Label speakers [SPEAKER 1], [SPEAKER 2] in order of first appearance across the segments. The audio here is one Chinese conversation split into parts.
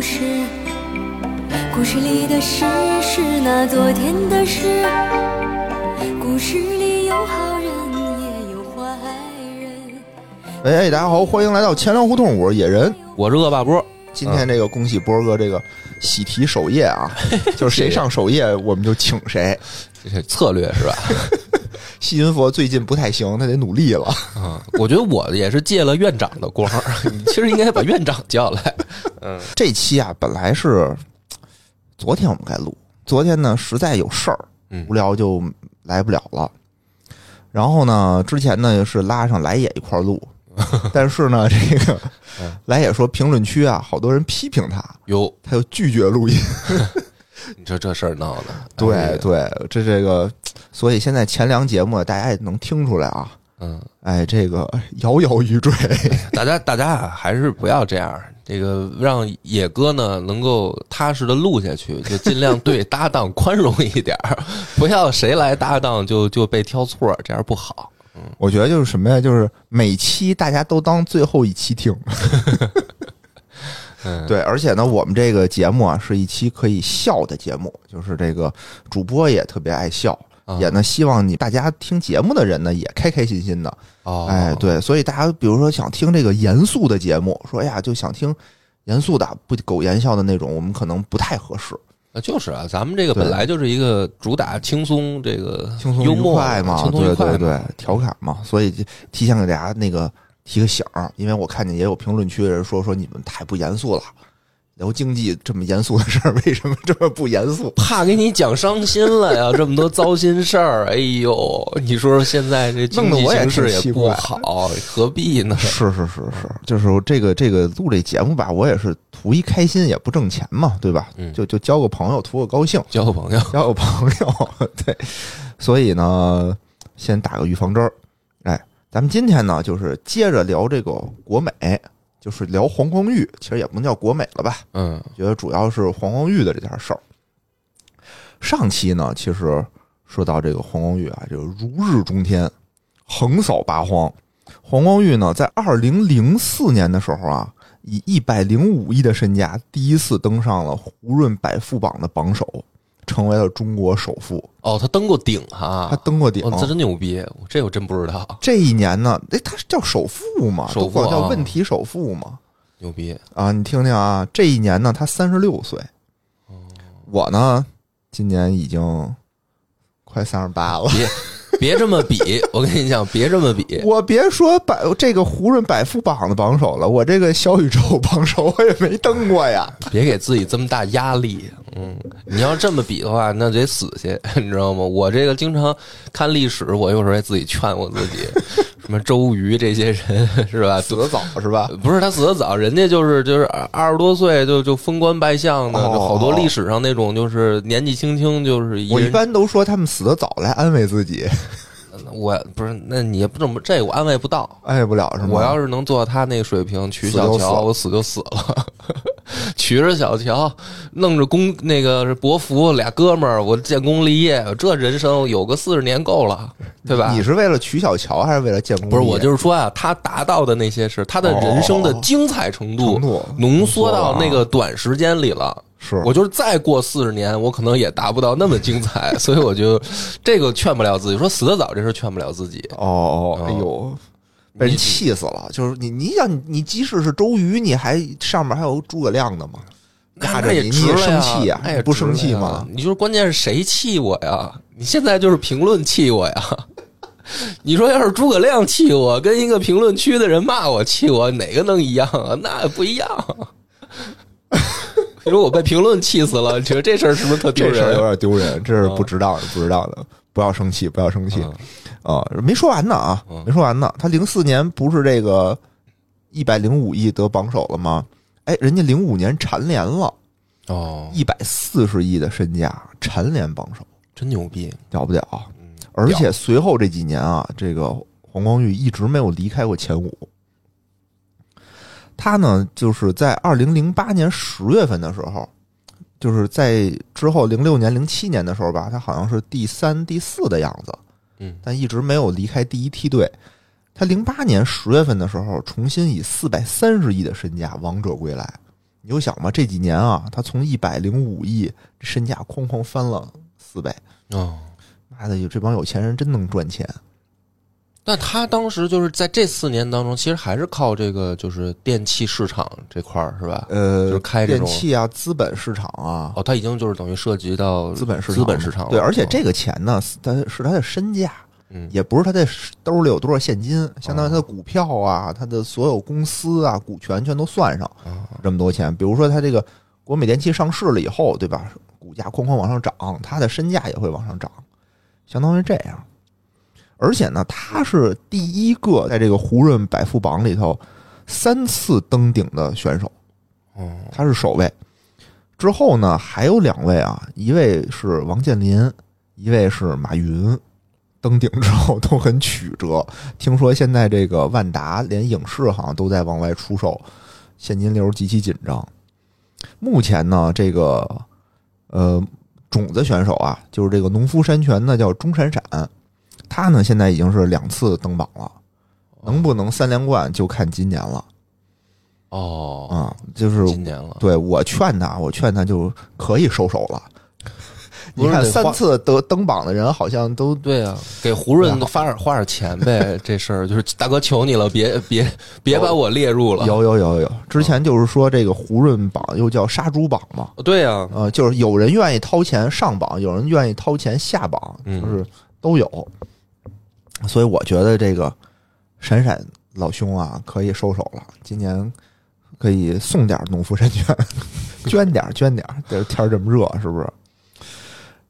[SPEAKER 1] 事，故事里的事是那昨天的事，故事里有好人也有坏人。
[SPEAKER 2] 哎哎，大家好，欢迎来到钱粮胡同，我是野人。
[SPEAKER 3] 我是恶霸波，
[SPEAKER 2] 今天这个恭喜波哥这个喜提首页啊，就是谁上首页我们就请谁。
[SPEAKER 3] 这是策略是吧？
[SPEAKER 2] 西云佛最近不太行，他得努力了。
[SPEAKER 3] 嗯，我觉得我也是借了院长的光，你 其实应该把院长叫来。
[SPEAKER 2] 这期啊，本来是昨天我们该录，昨天呢实在有事儿，
[SPEAKER 3] 嗯
[SPEAKER 2] 无聊就来不了了。然后呢，之前呢是拉上来也一块儿录，但是呢，这个来也说评论区啊，好多人批评他，
[SPEAKER 3] 哟，
[SPEAKER 2] 他就拒绝录音。
[SPEAKER 3] 你说这事儿闹的，哎
[SPEAKER 2] 对
[SPEAKER 3] 呀，
[SPEAKER 2] 对，这这个，所以现在前两节目大家也能听出来啊，
[SPEAKER 3] 嗯，
[SPEAKER 2] 哎，这个 摇摇欲坠，
[SPEAKER 3] 大家大家啊还是不要这样，这个让野哥呢能够踏实的录下去，就尽量对搭档宽容一点儿，不要谁来搭档就就被挑错，这样不好。
[SPEAKER 2] 我觉得就是什么呀，就是每期大家都当最后一期听。
[SPEAKER 3] 嗯，
[SPEAKER 2] 对，而且呢，我们这个节目啊，是一期可以笑的节目，就是这个主播也特别爱笑，
[SPEAKER 3] 啊
[SPEAKER 2] 也呢希望你大家听节目的人呢也开开心心的。
[SPEAKER 3] 哦，
[SPEAKER 2] 哎，，对，所以大家比如说想听这个严肃的节目，说哎呀就想听严肃的不苟言笑的那种，我们可能不太合适。
[SPEAKER 3] 啊，就是啊，咱们这个
[SPEAKER 2] 对
[SPEAKER 3] 本来就是一个主打轻松，这个
[SPEAKER 2] 轻松
[SPEAKER 3] 幽
[SPEAKER 2] 愉
[SPEAKER 3] 默
[SPEAKER 2] 快嘛，
[SPEAKER 3] 轻松愉
[SPEAKER 2] 对
[SPEAKER 3] 快
[SPEAKER 2] 对对
[SPEAKER 3] 嘛，
[SPEAKER 2] 调侃嘛，所以就提前给大家那个提个醒儿，因为我看见也有评论区的人说说你们太不严肃了，聊经济这么严肃的事儿，为什么这么不严 肃？
[SPEAKER 3] 怕给你讲伤心 了呀，这么多糟心事儿，哎呦，你说说现在这经济形势也不好，何必呢？
[SPEAKER 2] 是是是是，就是这个这个录这节目吧，我也是图一开心，也不挣钱嘛，对吧？
[SPEAKER 3] 嗯
[SPEAKER 2] 就就交个朋友，图个高兴，
[SPEAKER 3] 交个朋 友，
[SPEAKER 2] 交个朋友，对，所以呢，先打个预防针儿。哎，咱们今天呢，就是接着聊这个国美，就是聊黄光裕，其实也不能叫国美了吧？
[SPEAKER 3] 嗯
[SPEAKER 2] 觉得主要是黄光裕的这件事儿。上期呢，其实说到这个黄光裕啊，就如日中天，横扫八荒。黄光裕呢，在二零零四年的时候啊，以一百零五亿的身价，第一次登上了胡润百富榜的榜首，成为了中国首富。
[SPEAKER 3] 哦，他登过顶哈，
[SPEAKER 2] 他登过顶。
[SPEAKER 3] 哦，这真牛逼，我这我真不知道，
[SPEAKER 2] 这一年呢，哎，他是叫首富嘛，
[SPEAKER 3] 首富
[SPEAKER 2] 都管叫
[SPEAKER 3] 啊
[SPEAKER 2] 问题首富嘛。
[SPEAKER 3] 牛逼，
[SPEAKER 2] 啊，你听听啊，这一年呢，他三十六岁，
[SPEAKER 3] 哦
[SPEAKER 2] 我呢，今年已经快三十八了。
[SPEAKER 3] 别别这么比，我跟你讲，别这么比，
[SPEAKER 2] 我别说百这个胡润百富榜的榜首了，我这个小宇宙榜首我也没登过呀。
[SPEAKER 3] 别给自己这么大压力，嗯，你要这么比的话，那得死去， 你知道吗？我这个经常看历史，我有时候也自己劝我自己，什么周瑜这些人 是吧？
[SPEAKER 2] 死得早是吧？
[SPEAKER 3] 不是他死的早，人家就是就是二十多岁就就封官拜相的，
[SPEAKER 2] 哦
[SPEAKER 3] 就好多历史上那种就是年纪轻轻就是一
[SPEAKER 2] 我一
[SPEAKER 3] 人。
[SPEAKER 2] 般都说他们死得早来安慰自己，
[SPEAKER 3] 我不是，那你也不怎么这我安慰不到。
[SPEAKER 2] 安慰不了是吗？
[SPEAKER 3] 我要是能做到他那个水平，娶小
[SPEAKER 2] 死就死
[SPEAKER 3] 乔，
[SPEAKER 2] 了
[SPEAKER 3] 我死就死了。 娶着小乔，弄着公那个伯服俩哥们儿，我建功立业，这人生有个四十年够了，对吧？
[SPEAKER 2] 你是为了娶小乔还是为了建功立业？
[SPEAKER 3] 不是，我就是说啊，他达到的那些是他的人生的精彩程度
[SPEAKER 2] 哦程度嗯
[SPEAKER 3] 浓缩
[SPEAKER 2] 啊
[SPEAKER 3] 到那个短时间里了。
[SPEAKER 2] 是
[SPEAKER 3] 我就是再过四十年，我可能也达不到那么 精彩，所以我就这个劝不了自己，说死得早这事儿劝不了自己。
[SPEAKER 2] 哦哦，哎呦，
[SPEAKER 3] 啊
[SPEAKER 2] 被人
[SPEAKER 3] 你
[SPEAKER 2] 气死了！就是你，你想，你你即使是周瑜，你还上面还有诸葛亮呢嘛，压着
[SPEAKER 3] 那也
[SPEAKER 2] 你，你
[SPEAKER 3] 值
[SPEAKER 2] 也
[SPEAKER 3] 了呀
[SPEAKER 2] 生气呀
[SPEAKER 3] 那也
[SPEAKER 2] 你不
[SPEAKER 3] 值了
[SPEAKER 2] 生气
[SPEAKER 3] 呀
[SPEAKER 2] 吗？
[SPEAKER 3] 你就是关键是谁气我呀？你现在就是评论气我呀？ 你说要是诸葛亮气我，跟一个评论区的人骂我气我，哪个能一样啊？那不一样。 你说我被评论气死了，你觉得这事儿是不是特丢
[SPEAKER 2] 这事儿有
[SPEAKER 3] 人？嗯
[SPEAKER 2] 点丢人，这是不值当的，不值当的，不要生气，不要生气啊！没说完呢啊，
[SPEAKER 3] 嗯
[SPEAKER 2] 没说完呢。他零四年不是这个一百零五亿得榜首了吗？哎，人家零五年蝉联了
[SPEAKER 3] 哦，
[SPEAKER 2] 一百四十亿的身价，蝉联榜首。
[SPEAKER 3] 真牛逼！
[SPEAKER 2] 了不了。而且随后这几年啊，这个黄光裕一直没有离开过前五。他呢，就是在二零零八年十月份的时候，就是在之后零六年、零七年的时候吧，他好像是第三、第四的样子，
[SPEAKER 3] 嗯，
[SPEAKER 2] 但一直没有离开第一梯队。他零八年十月份的时候，重新以四百三十亿的身价王者归来。你就想吧，这几年啊，他从一百零五亿身价哐哐翻了四倍，
[SPEAKER 3] 哦，
[SPEAKER 2] 妈的，这帮有钱人真能赚钱。
[SPEAKER 3] 那他当时就是在这四年当中，其实还是靠这个就是电器市场这块儿是吧？
[SPEAKER 2] 呃，
[SPEAKER 3] 就是开这
[SPEAKER 2] 电
[SPEAKER 3] 种
[SPEAKER 2] 器啊，资本市场啊，
[SPEAKER 3] 哦，他已经就是等于涉及到
[SPEAKER 2] 资本市场，
[SPEAKER 3] 资本市场了
[SPEAKER 2] 对，而且
[SPEAKER 3] 哦
[SPEAKER 2] 这个钱呢，是它是他的身价，
[SPEAKER 3] 嗯
[SPEAKER 2] 也不是他在兜里有多少现金，相当于他
[SPEAKER 3] 哦
[SPEAKER 2] 的股票啊，他的所有公司啊，股权全都算上
[SPEAKER 3] 啊
[SPEAKER 2] 这么多钱。比如说他这个国美电器上市了以后，对吧？股价哐哐往上涨，他的身价也会往上涨，相当于这样。而且呢，他是第一个在这个胡润百富榜里头三次登顶的选手。
[SPEAKER 3] 哦
[SPEAKER 2] 他是首位。之后呢，还有两位啊，一位是王健林，一位是马云。登顶之后都很曲折，听说现在这个万达连影视好像都在往外出售，现金流极其紧张。目前呢，这个呃种子选手啊，就是这个农夫山泉呢叫钟闪闪，他呢现在已经是两次登榜了，能不能三连冠就看今年了
[SPEAKER 3] 哦，
[SPEAKER 2] 啊、就是
[SPEAKER 3] 今年了，
[SPEAKER 2] 对我劝他，我劝他就可以收手了。
[SPEAKER 3] 不是
[SPEAKER 2] 你看
[SPEAKER 3] 得花
[SPEAKER 2] 三次得登榜的人，好像都
[SPEAKER 3] 对啊，给胡润发点花点钱呗， 这事儿就是大哥求你了，别 别别把我列入了。嗯
[SPEAKER 2] 有有有有。之前就是说这个胡润榜又叫杀猪榜嘛，
[SPEAKER 3] 对啊，
[SPEAKER 2] 呃，就是有人愿意掏钱上榜，有人愿意掏钱下榜，
[SPEAKER 3] 嗯
[SPEAKER 2] 就是都有。所以我觉得这个闪闪老兄啊，可以收手了，今年可以送点农夫山泉，捐点儿捐点儿，这天儿这么热，是不是？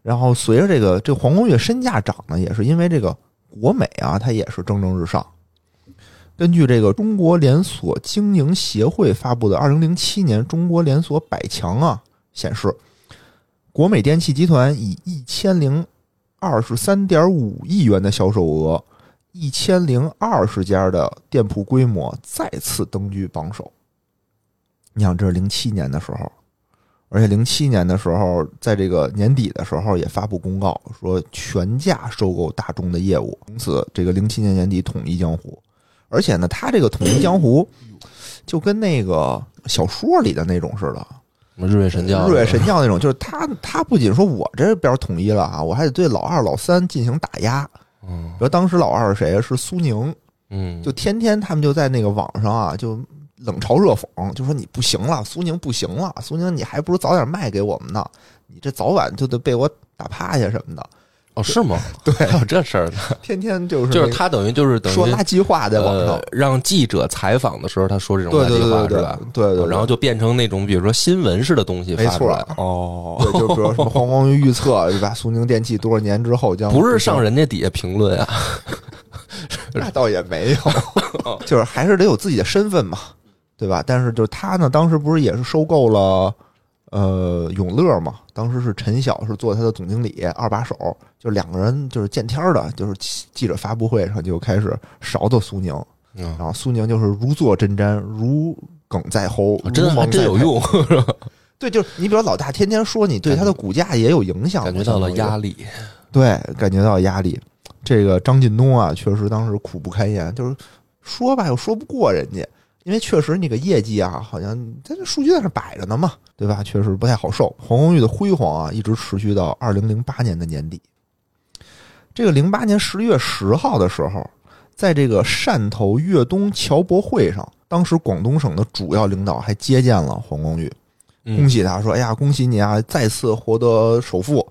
[SPEAKER 2] 然后随着这个这个皇宫月身价涨呢，也是因为这个国美啊，它也是蒸蒸日上。根据这个中国连锁经营协会发布的二零零七年中国连锁百强啊，显示，国美电器集团以一千零二十三点五亿元的销售额，一千零二十家的店铺规模再次登居榜首。你想，这是零七年的时候，而且零七年的时候，在这个年底的时候也发布公告说全价收购大众的业务，从此这个零七年年底统一江湖。而且呢，他这个统一江湖就跟那个小说里的那种似的，
[SPEAKER 3] 什么日月神教，
[SPEAKER 2] 日月神教那种，就是他他不仅说我这边统一了啊，我还得对老二、老三进行打压。
[SPEAKER 3] 嗯
[SPEAKER 2] 比如当时老二是谁啊？是苏宁，
[SPEAKER 3] 嗯，
[SPEAKER 2] 就天天他们就在那个网上啊，就冷嘲热讽，就说你不行了，苏宁不行了，苏宁你还不如早点卖给我们呢，你这早晚就得被我打趴下什么的，
[SPEAKER 3] 哦 是吗？对，还有这事儿呢，
[SPEAKER 2] 天天就是
[SPEAKER 3] 就是
[SPEAKER 2] 那
[SPEAKER 3] 他等于就是等于
[SPEAKER 2] 说垃圾话在网上，
[SPEAKER 3] 呃让记者采访的时候，他呃说这种
[SPEAKER 2] 对
[SPEAKER 3] 垃
[SPEAKER 2] 对
[SPEAKER 3] 圾
[SPEAKER 2] 对
[SPEAKER 3] 话
[SPEAKER 2] 对
[SPEAKER 3] 是
[SPEAKER 2] 对
[SPEAKER 3] 吧？
[SPEAKER 2] 对对，
[SPEAKER 3] 然后就变成那种比如说新闻式的东西
[SPEAKER 2] 没
[SPEAKER 3] 发出
[SPEAKER 2] 错
[SPEAKER 3] 来。哦，
[SPEAKER 2] 对，就比如什么黄光裕预测对吧？苏宁电器多少年之后将
[SPEAKER 3] 不是上人家底下评论啊，
[SPEAKER 2] 那倒也没有，就是还是得有自己的身份嘛，对吧？但是就是他呢，当时不是也是收购了呃永乐嘛？当时是陈晓是做他的总经理，二把手，就两个人就是见天儿的，就是记者发布会上就开始勺的苏宁，
[SPEAKER 3] 嗯
[SPEAKER 2] 然后苏宁就是如坐针毡，如鲠在喉，
[SPEAKER 3] 哦真的
[SPEAKER 2] 如
[SPEAKER 3] 还
[SPEAKER 2] 芒
[SPEAKER 3] 真
[SPEAKER 2] 在
[SPEAKER 3] 有
[SPEAKER 2] 背。
[SPEAKER 3] 用，
[SPEAKER 2] 对，就是你比如老大天天说你对他的股价也有影响嘛，
[SPEAKER 3] 感觉到了
[SPEAKER 2] 相当于
[SPEAKER 3] 压力。
[SPEAKER 2] 对，感觉到压力。这个张近东啊，确实当时苦不堪言，就是说吧又说不过人家，因为确实那个业绩啊，好像他这数据在那摆着呢嘛，对吧？确实不太好受。黄光裕的辉煌啊，一直持续到二零零八年的年底。这个零八年十月十号的时候，在这个汕头粤东侨博会上，当时广东省的主要领导还接见了黄光裕，恭
[SPEAKER 3] 嗯，
[SPEAKER 2] 喜他说：“哎呀，恭喜你啊，再次获得首富！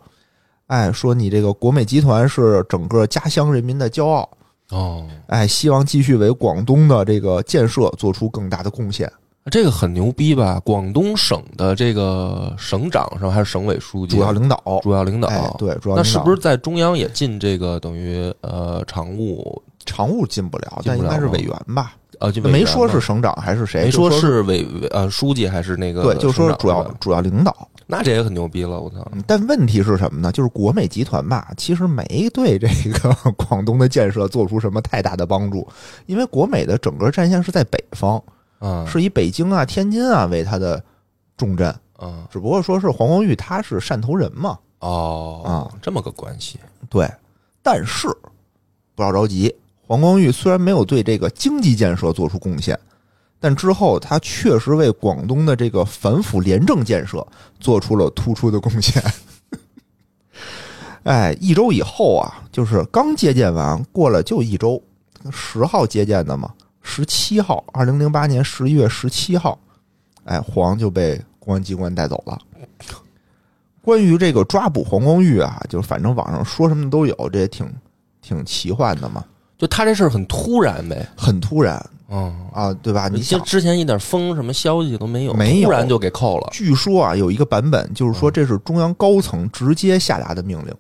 [SPEAKER 2] 哎，说你这个国美集团是整个家乡人民的骄傲，
[SPEAKER 3] 哦，
[SPEAKER 2] 哎，希望继续为广东的这个建设做出更大的贡献。
[SPEAKER 3] 这个很牛逼吧？广东省的这个省长是吧？还是省委书记？啊
[SPEAKER 2] 主要领导，
[SPEAKER 3] 主要领导。
[SPEAKER 2] 哎，对，主要领导。
[SPEAKER 3] 那是不是在中央也进这个等于呃常务
[SPEAKER 2] 常务进不了，
[SPEAKER 3] 进
[SPEAKER 2] 但
[SPEAKER 3] 不
[SPEAKER 2] 应
[SPEAKER 3] 了
[SPEAKER 2] 该是
[SPEAKER 3] 吗
[SPEAKER 2] 委员吧？
[SPEAKER 3] 呃就委员
[SPEAKER 2] 没说
[SPEAKER 3] 吗
[SPEAKER 2] 是省长还是谁，
[SPEAKER 3] 没
[SPEAKER 2] 就
[SPEAKER 3] 说
[SPEAKER 2] 是
[SPEAKER 3] 是委呃书记还是那个
[SPEAKER 2] 对，就说是
[SPEAKER 3] 省长
[SPEAKER 2] 主要
[SPEAKER 3] 是吧
[SPEAKER 2] 主要领导。
[SPEAKER 3] 那这也很牛逼了，我操！
[SPEAKER 2] 嗯但问题是什么呢？就是国美集团吧，其实没对这个 广东的建设做出什么太大的帮助，因为国美的整个战线是在北方。
[SPEAKER 3] 啊
[SPEAKER 2] 是以北京啊、天津啊为它的重镇，
[SPEAKER 3] 啊
[SPEAKER 2] 只不过说是黄光裕他是汕头人嘛，
[SPEAKER 3] 哦
[SPEAKER 2] 啊
[SPEAKER 3] 这么个关系，
[SPEAKER 2] 对。但是不要着急，黄光裕虽然没有对这个经济建设做出贡献，但之后他确实为广东的这个反腐廉政建设做出了突出的贡献。哎，一周以后啊，就是刚接见完，过了就一周，十号接见的嘛，十七号，二零零八年十一月十七号，哎，黄就被公安机关带走了。关于这个抓捕黄光裕啊，就是反正网上说什么都有，啊这也挺挺奇幻的嘛，
[SPEAKER 3] 就他这事儿很突然呗，
[SPEAKER 2] 很突然
[SPEAKER 3] 嗯，
[SPEAKER 2] 啊，对吧？你
[SPEAKER 3] 就
[SPEAKER 2] 想，
[SPEAKER 3] 之前一点风什么消息都没有，
[SPEAKER 2] 没有
[SPEAKER 3] 突然就给扣了，
[SPEAKER 2] 据说啊，有一个版本就是说这是中央高层直接下达的命令，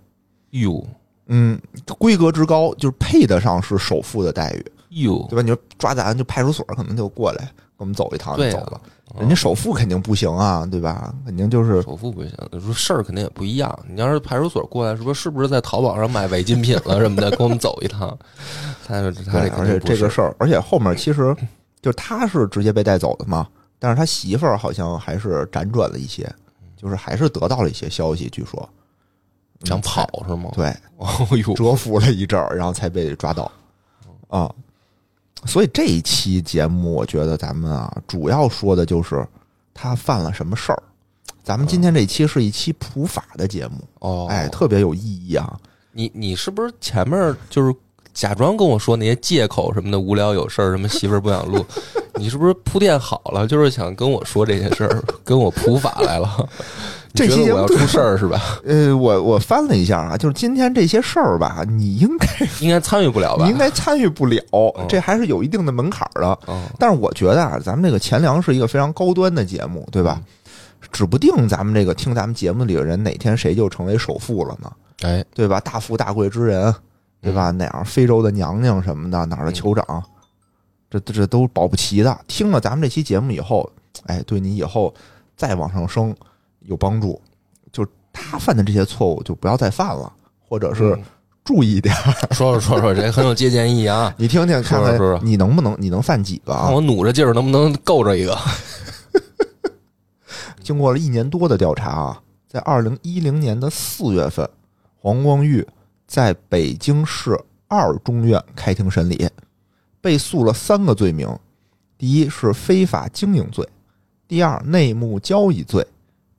[SPEAKER 3] 哟
[SPEAKER 2] 嗯，规格之高，就是配得上是首富的待遇。
[SPEAKER 3] 哟，
[SPEAKER 2] 对吧？你说抓咱就派出所可能就过来跟我们走一趟就
[SPEAKER 3] 对啊
[SPEAKER 2] 走了，
[SPEAKER 3] 嗯
[SPEAKER 2] 人家首付肯定不行啊，对吧？肯定就是
[SPEAKER 3] 首付不行，说事儿肯定也不一样。你要是派出所过来说是不是在淘宝上买违禁品了什么的，跟我们走一趟，他说他
[SPEAKER 2] 对，而
[SPEAKER 3] 这肯
[SPEAKER 2] 且
[SPEAKER 3] 定不
[SPEAKER 2] 这个
[SPEAKER 3] 是。
[SPEAKER 2] 事儿，而且后面其实就是他是直接被带走的嘛，但是他媳妇儿好像还是辗转了一些，
[SPEAKER 3] 嗯
[SPEAKER 2] 就是还是得到了一些消息，据说嗯
[SPEAKER 3] 想跑
[SPEAKER 2] 才
[SPEAKER 3] 是吗？
[SPEAKER 2] 对，
[SPEAKER 3] 哦 呦，
[SPEAKER 2] 蛰伏了一阵儿，然后才被抓到
[SPEAKER 3] 嗯
[SPEAKER 2] 啊。所以这一期节目，我觉得咱们啊，主要说的就是他犯了什么事儿。咱们今天这期是一期普法的节目，
[SPEAKER 3] 哦，
[SPEAKER 2] 哎，特别有意义啊。
[SPEAKER 3] 你你是不是前面就是假装跟我说那些借口什么的，无聊有事儿，什么媳妇儿不 想录，你是不是铺垫好了，就是想跟我说这些事儿，跟我普法 来了？你
[SPEAKER 2] 这期
[SPEAKER 3] 觉
[SPEAKER 2] 节
[SPEAKER 3] 得
[SPEAKER 2] 目
[SPEAKER 3] 我要出事儿是吧？
[SPEAKER 2] 呃，我我翻了一下啊，就是今天这些事儿吧，你应该
[SPEAKER 3] 应该参与不了吧？
[SPEAKER 2] 你应该参与不了，
[SPEAKER 3] 嗯
[SPEAKER 2] 这还是有一定的门槛儿的。
[SPEAKER 3] 嗯，
[SPEAKER 2] 但是我觉得啊，咱们这个钱粮是一个非常高端的节目，对吧？
[SPEAKER 3] 嗯
[SPEAKER 2] 指不定咱们这个听咱们节目里的人，哪天谁就成为首富了呢？
[SPEAKER 3] 哎，
[SPEAKER 2] 对吧？大富大贵之人，对吧？
[SPEAKER 3] 嗯
[SPEAKER 2] 哪儿非洲的娘娘什么的，哪儿的酋长，这这这都保不齐的。听了咱们这期节目以后，哎，对你以后再往上升有帮助。就他犯的这些错误，就不要再犯了，或者是
[SPEAKER 3] 嗯
[SPEAKER 2] 注意一点。
[SPEAKER 3] 说说说说，这很有借鉴意义啊。
[SPEAKER 2] 你听听看看
[SPEAKER 3] 是是，是
[SPEAKER 2] 你能不能你能犯几个
[SPEAKER 3] 看
[SPEAKER 2] 啊？
[SPEAKER 3] 我努着劲儿能不能够着一个？
[SPEAKER 2] 经过了一年多的调查啊，在二零一零年的四月份，黄光裕在北京市二中院开庭审理，被诉了三个罪名：第一是非法经营罪，第二内幕交易罪，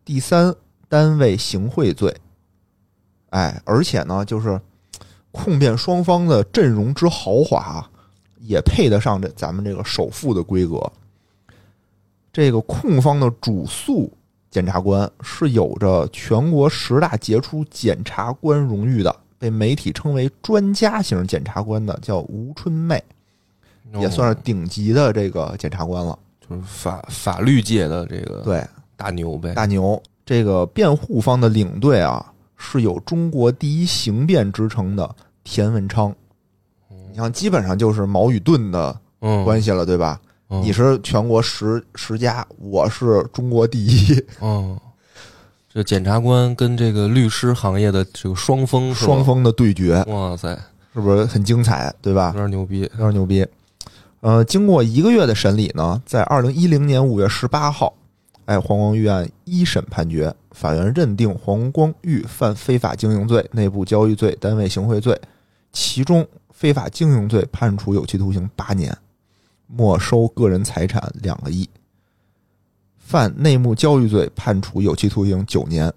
[SPEAKER 2] 第三单位行贿罪。哎，而且呢，就是控辩双方的阵容之豪华啊，也配得上这咱们这个首富的规格。这个控方的主诉检察官是有着全国十大杰出检察官荣誉的，被媒体称为专家型检察官的叫吴春妹，
[SPEAKER 3] 哦
[SPEAKER 2] 也算是顶级的这个检察官了。
[SPEAKER 3] 就是法法律界的这个
[SPEAKER 2] 对，
[SPEAKER 3] 大牛呗。
[SPEAKER 2] 大牛，这个辩护方的领队啊，是有中国第一刑辩之称的田文昌。你看，基本上就是矛与盾的
[SPEAKER 3] 嗯，
[SPEAKER 2] 关系了，对吧？
[SPEAKER 3] 嗯
[SPEAKER 2] 你是全国十十佳，我是中国第一，
[SPEAKER 3] 嗯，这检察官跟这个律师行业的这个双峰是吧，
[SPEAKER 2] 双方的对决
[SPEAKER 3] 哇塞，
[SPEAKER 2] 是不是很精彩，对吧
[SPEAKER 3] 有？点牛逼。
[SPEAKER 2] 非常牛逼。呃，经过一个月的审理呢，在二零一零年五月十八号，哎，黄光裕案一审判决，法院认定黄光裕犯非法经营罪、内部交易罪、单位行贿罪，其中非法经营罪判处有期徒刑八年，没收个人财产两个亿；犯内幕交易罪判处有期徒刑九年，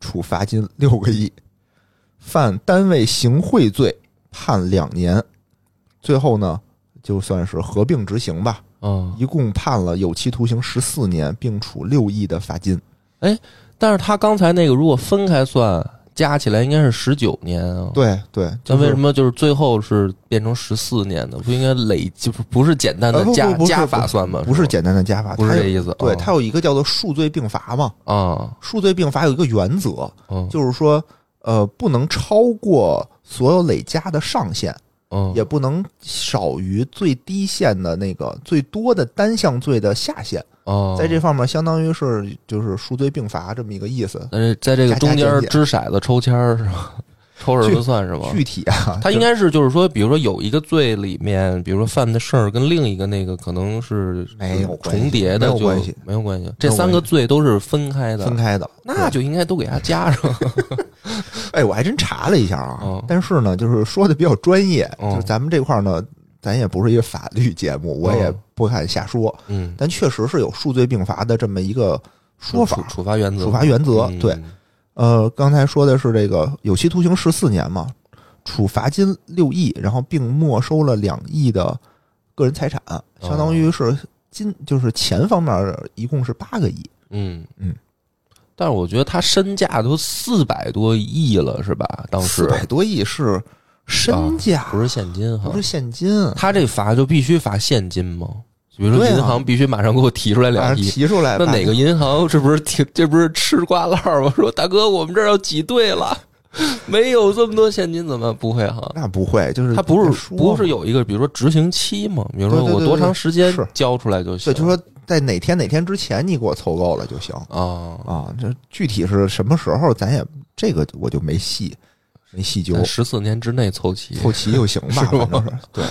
[SPEAKER 2] 处罚金六个亿；犯单位行贿罪判两年，最后呢，就算是合并执行吧，
[SPEAKER 3] 嗯，
[SPEAKER 2] 一共判了有期徒刑十四年，并处六亿的罚
[SPEAKER 3] 哦
[SPEAKER 2] 金。
[SPEAKER 3] 但是他刚才那个如果分开算，加起来应该是十九年啊。，
[SPEAKER 2] 对对，
[SPEAKER 3] 但为什
[SPEAKER 2] 么？
[SPEAKER 3] 么就是最后是变成十四年呢？不应该累，就是不是简单
[SPEAKER 2] 呃
[SPEAKER 3] 的
[SPEAKER 2] 不不
[SPEAKER 3] 加
[SPEAKER 2] 不是
[SPEAKER 3] 加法算吗？
[SPEAKER 2] 不是简单的加法，
[SPEAKER 3] 不是
[SPEAKER 2] 它
[SPEAKER 3] 这
[SPEAKER 2] 有
[SPEAKER 3] 意思。
[SPEAKER 2] 对，
[SPEAKER 3] 嗯
[SPEAKER 2] 它有一个叫做数罪并罚嘛。
[SPEAKER 3] 啊，
[SPEAKER 2] 数罪并罚有一个原则，
[SPEAKER 3] 嗯，
[SPEAKER 2] 就是说，呃，不能超过所有累加的上限，
[SPEAKER 3] 嗯
[SPEAKER 2] 也不能少于最低限的那个最多的单项罪的下限。
[SPEAKER 3] 哦
[SPEAKER 2] 在这方面，相当于是就是数罪并罚这么一个意思。
[SPEAKER 3] 但是在这个中间
[SPEAKER 2] 加加减减
[SPEAKER 3] 掷骰子抽签儿是吧？抽着就算是吧？
[SPEAKER 2] 具体啊，
[SPEAKER 3] 他应该是就是说，比如说有一个罪里面，比如说犯的事儿跟另一个那个可能是
[SPEAKER 2] 没有关系
[SPEAKER 3] 重叠
[SPEAKER 2] 没
[SPEAKER 3] 的，
[SPEAKER 2] 有
[SPEAKER 3] 就
[SPEAKER 2] 关系，
[SPEAKER 3] 没有关系。这三个罪都是分开
[SPEAKER 2] 就
[SPEAKER 3] 的，
[SPEAKER 2] 分开的，
[SPEAKER 3] 那就应该都给他加上。
[SPEAKER 2] 哎，我还真查了一下啊，
[SPEAKER 3] 嗯
[SPEAKER 2] 但是呢，就是说的比较专业，
[SPEAKER 3] 嗯
[SPEAKER 2] 就是咱们这块儿呢，咱也不是一个法律节目，我也
[SPEAKER 3] 嗯
[SPEAKER 2] 不敢瞎说，
[SPEAKER 3] 嗯，
[SPEAKER 2] 但确实是有数罪并罚的这么一个说法
[SPEAKER 3] 处。处罚原则，
[SPEAKER 2] 处罚原则
[SPEAKER 3] 嗯
[SPEAKER 2] 对，呃，刚才说的是这个有期徒刑十四年嘛，处罚金六亿，然后并没收了两亿的个人财产，
[SPEAKER 3] 哦
[SPEAKER 2] 相当于是金就是钱方面儿一共是八个亿。
[SPEAKER 3] 嗯
[SPEAKER 2] 嗯。
[SPEAKER 3] 但是我觉得他身价都四百多亿了，是吧？当时啊
[SPEAKER 2] 四百多亿是身价，
[SPEAKER 3] 不是现金哈
[SPEAKER 2] 不，是现金，
[SPEAKER 3] 他这罚就必须罚现金吗？比如说
[SPEAKER 2] 对啊啊
[SPEAKER 3] 银行必须马上给我提出来
[SPEAKER 2] 把
[SPEAKER 3] 两
[SPEAKER 2] 人
[SPEAKER 3] 亿，
[SPEAKER 2] 提出来
[SPEAKER 3] 那
[SPEAKER 2] 吧
[SPEAKER 3] 哪个银行这不是挺这不是吃瓜烂儿吗？说大哥，我们这儿要挤 兑了，没有这么多现金怎么办不会哈？
[SPEAKER 2] 那不会，就是
[SPEAKER 3] 他不
[SPEAKER 2] 再
[SPEAKER 3] 是
[SPEAKER 2] 说
[SPEAKER 3] 不
[SPEAKER 2] 嘛
[SPEAKER 3] 是有一个，比如说执行期吗？比如说
[SPEAKER 2] 对对
[SPEAKER 3] 我
[SPEAKER 2] 对
[SPEAKER 3] 多
[SPEAKER 2] 对
[SPEAKER 3] 长时间
[SPEAKER 2] 是
[SPEAKER 3] 交出来就行？
[SPEAKER 2] 对，就说在哪天哪天之前你给我凑够了就行
[SPEAKER 3] 啊，
[SPEAKER 2] 啊。这具体是什么时候，咱也这个我就没细没细究，
[SPEAKER 3] 十四年之内凑齐，
[SPEAKER 2] 凑齐就行吧，
[SPEAKER 3] 是吗
[SPEAKER 2] 反正是对，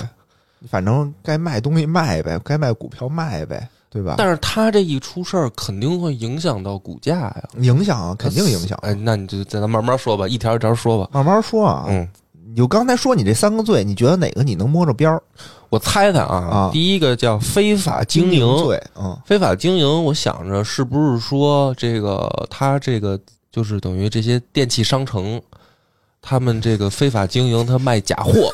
[SPEAKER 2] 反正该卖东西卖呗，该卖股票卖呗，对吧？
[SPEAKER 3] 但是他这一出事儿，肯定会影响到股价呀，
[SPEAKER 2] 影响啊，肯定影响。
[SPEAKER 3] 哎，那你就再咱慢慢说吧，一条一条说吧。
[SPEAKER 2] 慢慢说啊，
[SPEAKER 3] 嗯，
[SPEAKER 2] 有刚才说你这三个罪，你觉得哪个你能摸着边儿？
[SPEAKER 3] 我猜猜啊
[SPEAKER 2] 啊，
[SPEAKER 3] 第一个叫非法经营，
[SPEAKER 2] 罪，嗯，
[SPEAKER 3] 非法经营，我想着是不是说这个他这个就是等于这些电器商城，他们这个非法经营，他卖假货。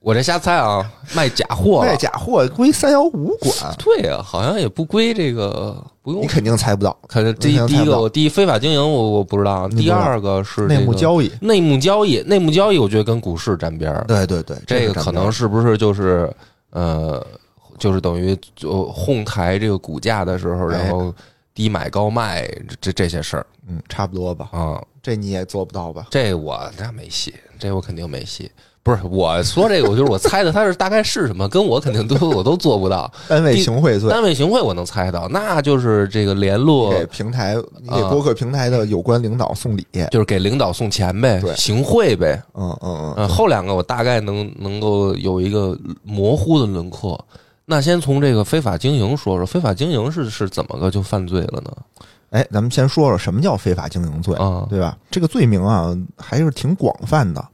[SPEAKER 3] 我这瞎猜啊，卖假货了
[SPEAKER 2] 卖假货归三幺五管，
[SPEAKER 3] 对啊，好像也不归这个，不用
[SPEAKER 2] 你。肯定猜不到。
[SPEAKER 3] 可是这
[SPEAKER 2] 你肯定
[SPEAKER 3] 第一
[SPEAKER 2] 猜不
[SPEAKER 3] 个，
[SPEAKER 2] 到
[SPEAKER 3] 我第一非法经营我我不知道，啊
[SPEAKER 2] 你不
[SPEAKER 3] 第
[SPEAKER 2] 知道
[SPEAKER 3] 二个是、这个、
[SPEAKER 2] 内幕交易，
[SPEAKER 3] 内幕交易，内幕交易，我觉得跟股市沾边儿。
[SPEAKER 2] 对对对，
[SPEAKER 3] 这
[SPEAKER 2] 是
[SPEAKER 3] 个
[SPEAKER 2] 沾
[SPEAKER 3] 可
[SPEAKER 2] 边儿
[SPEAKER 3] 能是不是就是呃，就是等于就哄抬这个股价的时候，
[SPEAKER 2] 哎
[SPEAKER 3] 然后低买高卖这这些事儿
[SPEAKER 2] 嗯，差不多吧。
[SPEAKER 3] 啊、
[SPEAKER 2] 这你也做不到吧？
[SPEAKER 3] 这我那没戏，这我肯定没戏。不是我说这个，我就是我猜的，它是大概是什么，跟我肯定都我都做 不到。
[SPEAKER 2] 单位行贿罪，
[SPEAKER 3] 单位行贿我能猜到，那就是这个联络
[SPEAKER 2] 给平台，你给
[SPEAKER 3] 啊
[SPEAKER 2] 播客平台的有关领导送礼。
[SPEAKER 3] 就是给领导送钱呗，
[SPEAKER 2] 对
[SPEAKER 3] 行贿呗。
[SPEAKER 2] 嗯嗯嗯，
[SPEAKER 3] 嗯，后两个我大概能能够有一个模糊的轮廓。那先从这个非法经营说说，非法经营是是怎么个就犯罪了呢？
[SPEAKER 2] 哎，咱们先说说什么叫非法经营罪，
[SPEAKER 3] 啊
[SPEAKER 2] 对吧？这个罪名啊，还是挺广泛的。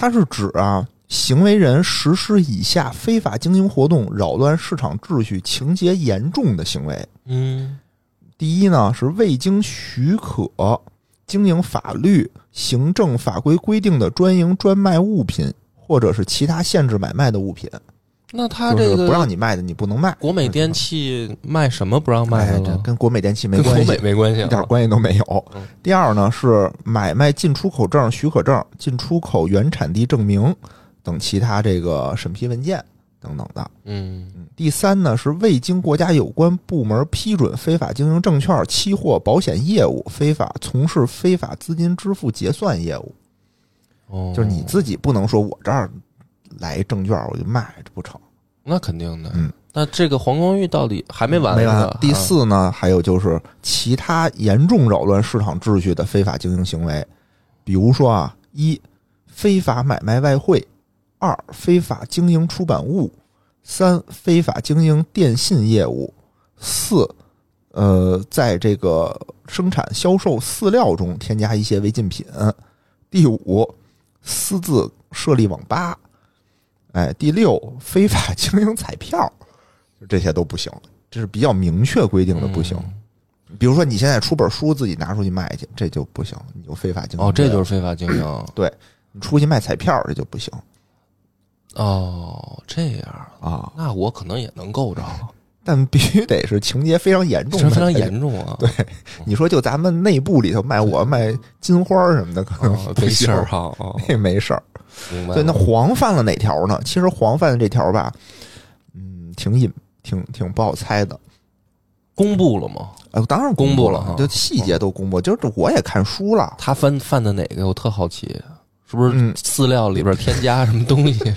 [SPEAKER 2] 它是指啊，行为人实施以下非法经营活动，扰乱市场秩序，情节严重的行为。
[SPEAKER 3] 嗯
[SPEAKER 2] 第一呢，是未经许可经营法律、行政法规规定的专营专卖物品，或者是其他限制买卖的物品，
[SPEAKER 3] 那他
[SPEAKER 2] 就
[SPEAKER 3] 这
[SPEAKER 2] 是
[SPEAKER 3] 个
[SPEAKER 2] 不让你卖的，你不能卖。
[SPEAKER 3] 国美电器卖什么不让卖
[SPEAKER 2] 哎
[SPEAKER 3] 的
[SPEAKER 2] 这
[SPEAKER 3] 了？
[SPEAKER 2] 跟国美电器没
[SPEAKER 3] 跟
[SPEAKER 2] 关
[SPEAKER 3] 国
[SPEAKER 2] 系
[SPEAKER 3] 美，没关系啊，
[SPEAKER 2] 一点关系都没有
[SPEAKER 3] 嗯。
[SPEAKER 2] 第二呢是买卖进出口证、许可证、进出口原产地证明等其他这个审批文件等等的。
[SPEAKER 3] 嗯，
[SPEAKER 2] 嗯第三呢是未经国家有关部门批准非法经营证券、期货、保险业务，非法从事非法资金支付结算业务，
[SPEAKER 3] 哦，
[SPEAKER 2] 就是你自己不能说我这儿来证券我就卖，这不成。
[SPEAKER 3] 那肯定的。
[SPEAKER 2] 嗯，
[SPEAKER 3] 那这个黄光裕到底还没完呢？
[SPEAKER 2] 没完。第
[SPEAKER 3] 啊，
[SPEAKER 2] 四呢，还有就是其他严重扰乱市场秩序的非法经营行为，比如说啊，一非法买卖外汇，二非法经营出版物，三非法经营电信业务，四呃，在这个生产销售饲料中添加一些违禁品，第五私自设立网吧，哎，第六非法经营彩票，就这些都不行。这是比较明确规定的，不行。比如说，你现在出本书自己拿出去卖去，这就不行，你就非法经营。
[SPEAKER 3] 哦，这就是非法经 营。
[SPEAKER 2] 你出去卖彩票，这就不行
[SPEAKER 3] 哦，这样，
[SPEAKER 2] 啊。
[SPEAKER 3] 那我可能也能 够着，
[SPEAKER 2] 但必须得是情节非常严重
[SPEAKER 3] 这
[SPEAKER 2] 的，
[SPEAKER 3] 非常。严重啊。
[SPEAKER 2] 对，你说就咱们内部里头卖我卖金花什么的，可能
[SPEAKER 3] 哦，
[SPEAKER 2] 不
[SPEAKER 3] 没
[SPEAKER 2] 行
[SPEAKER 3] 事儿，哈。哦
[SPEAKER 2] 那没事儿。
[SPEAKER 3] 明白了。
[SPEAKER 2] 对，那黄犯了哪条呢？其实黄犯的这条吧，嗯，挺隐，挺挺不好猜的。
[SPEAKER 3] 公布了吗？
[SPEAKER 2] 呃，当然
[SPEAKER 3] 公布了啊
[SPEAKER 2] 就细节都公布，就是我也看书了，
[SPEAKER 3] 他犯犯的哪个？我特好奇，是不是
[SPEAKER 2] 嗯
[SPEAKER 3] 饲料里边添加什么 东西？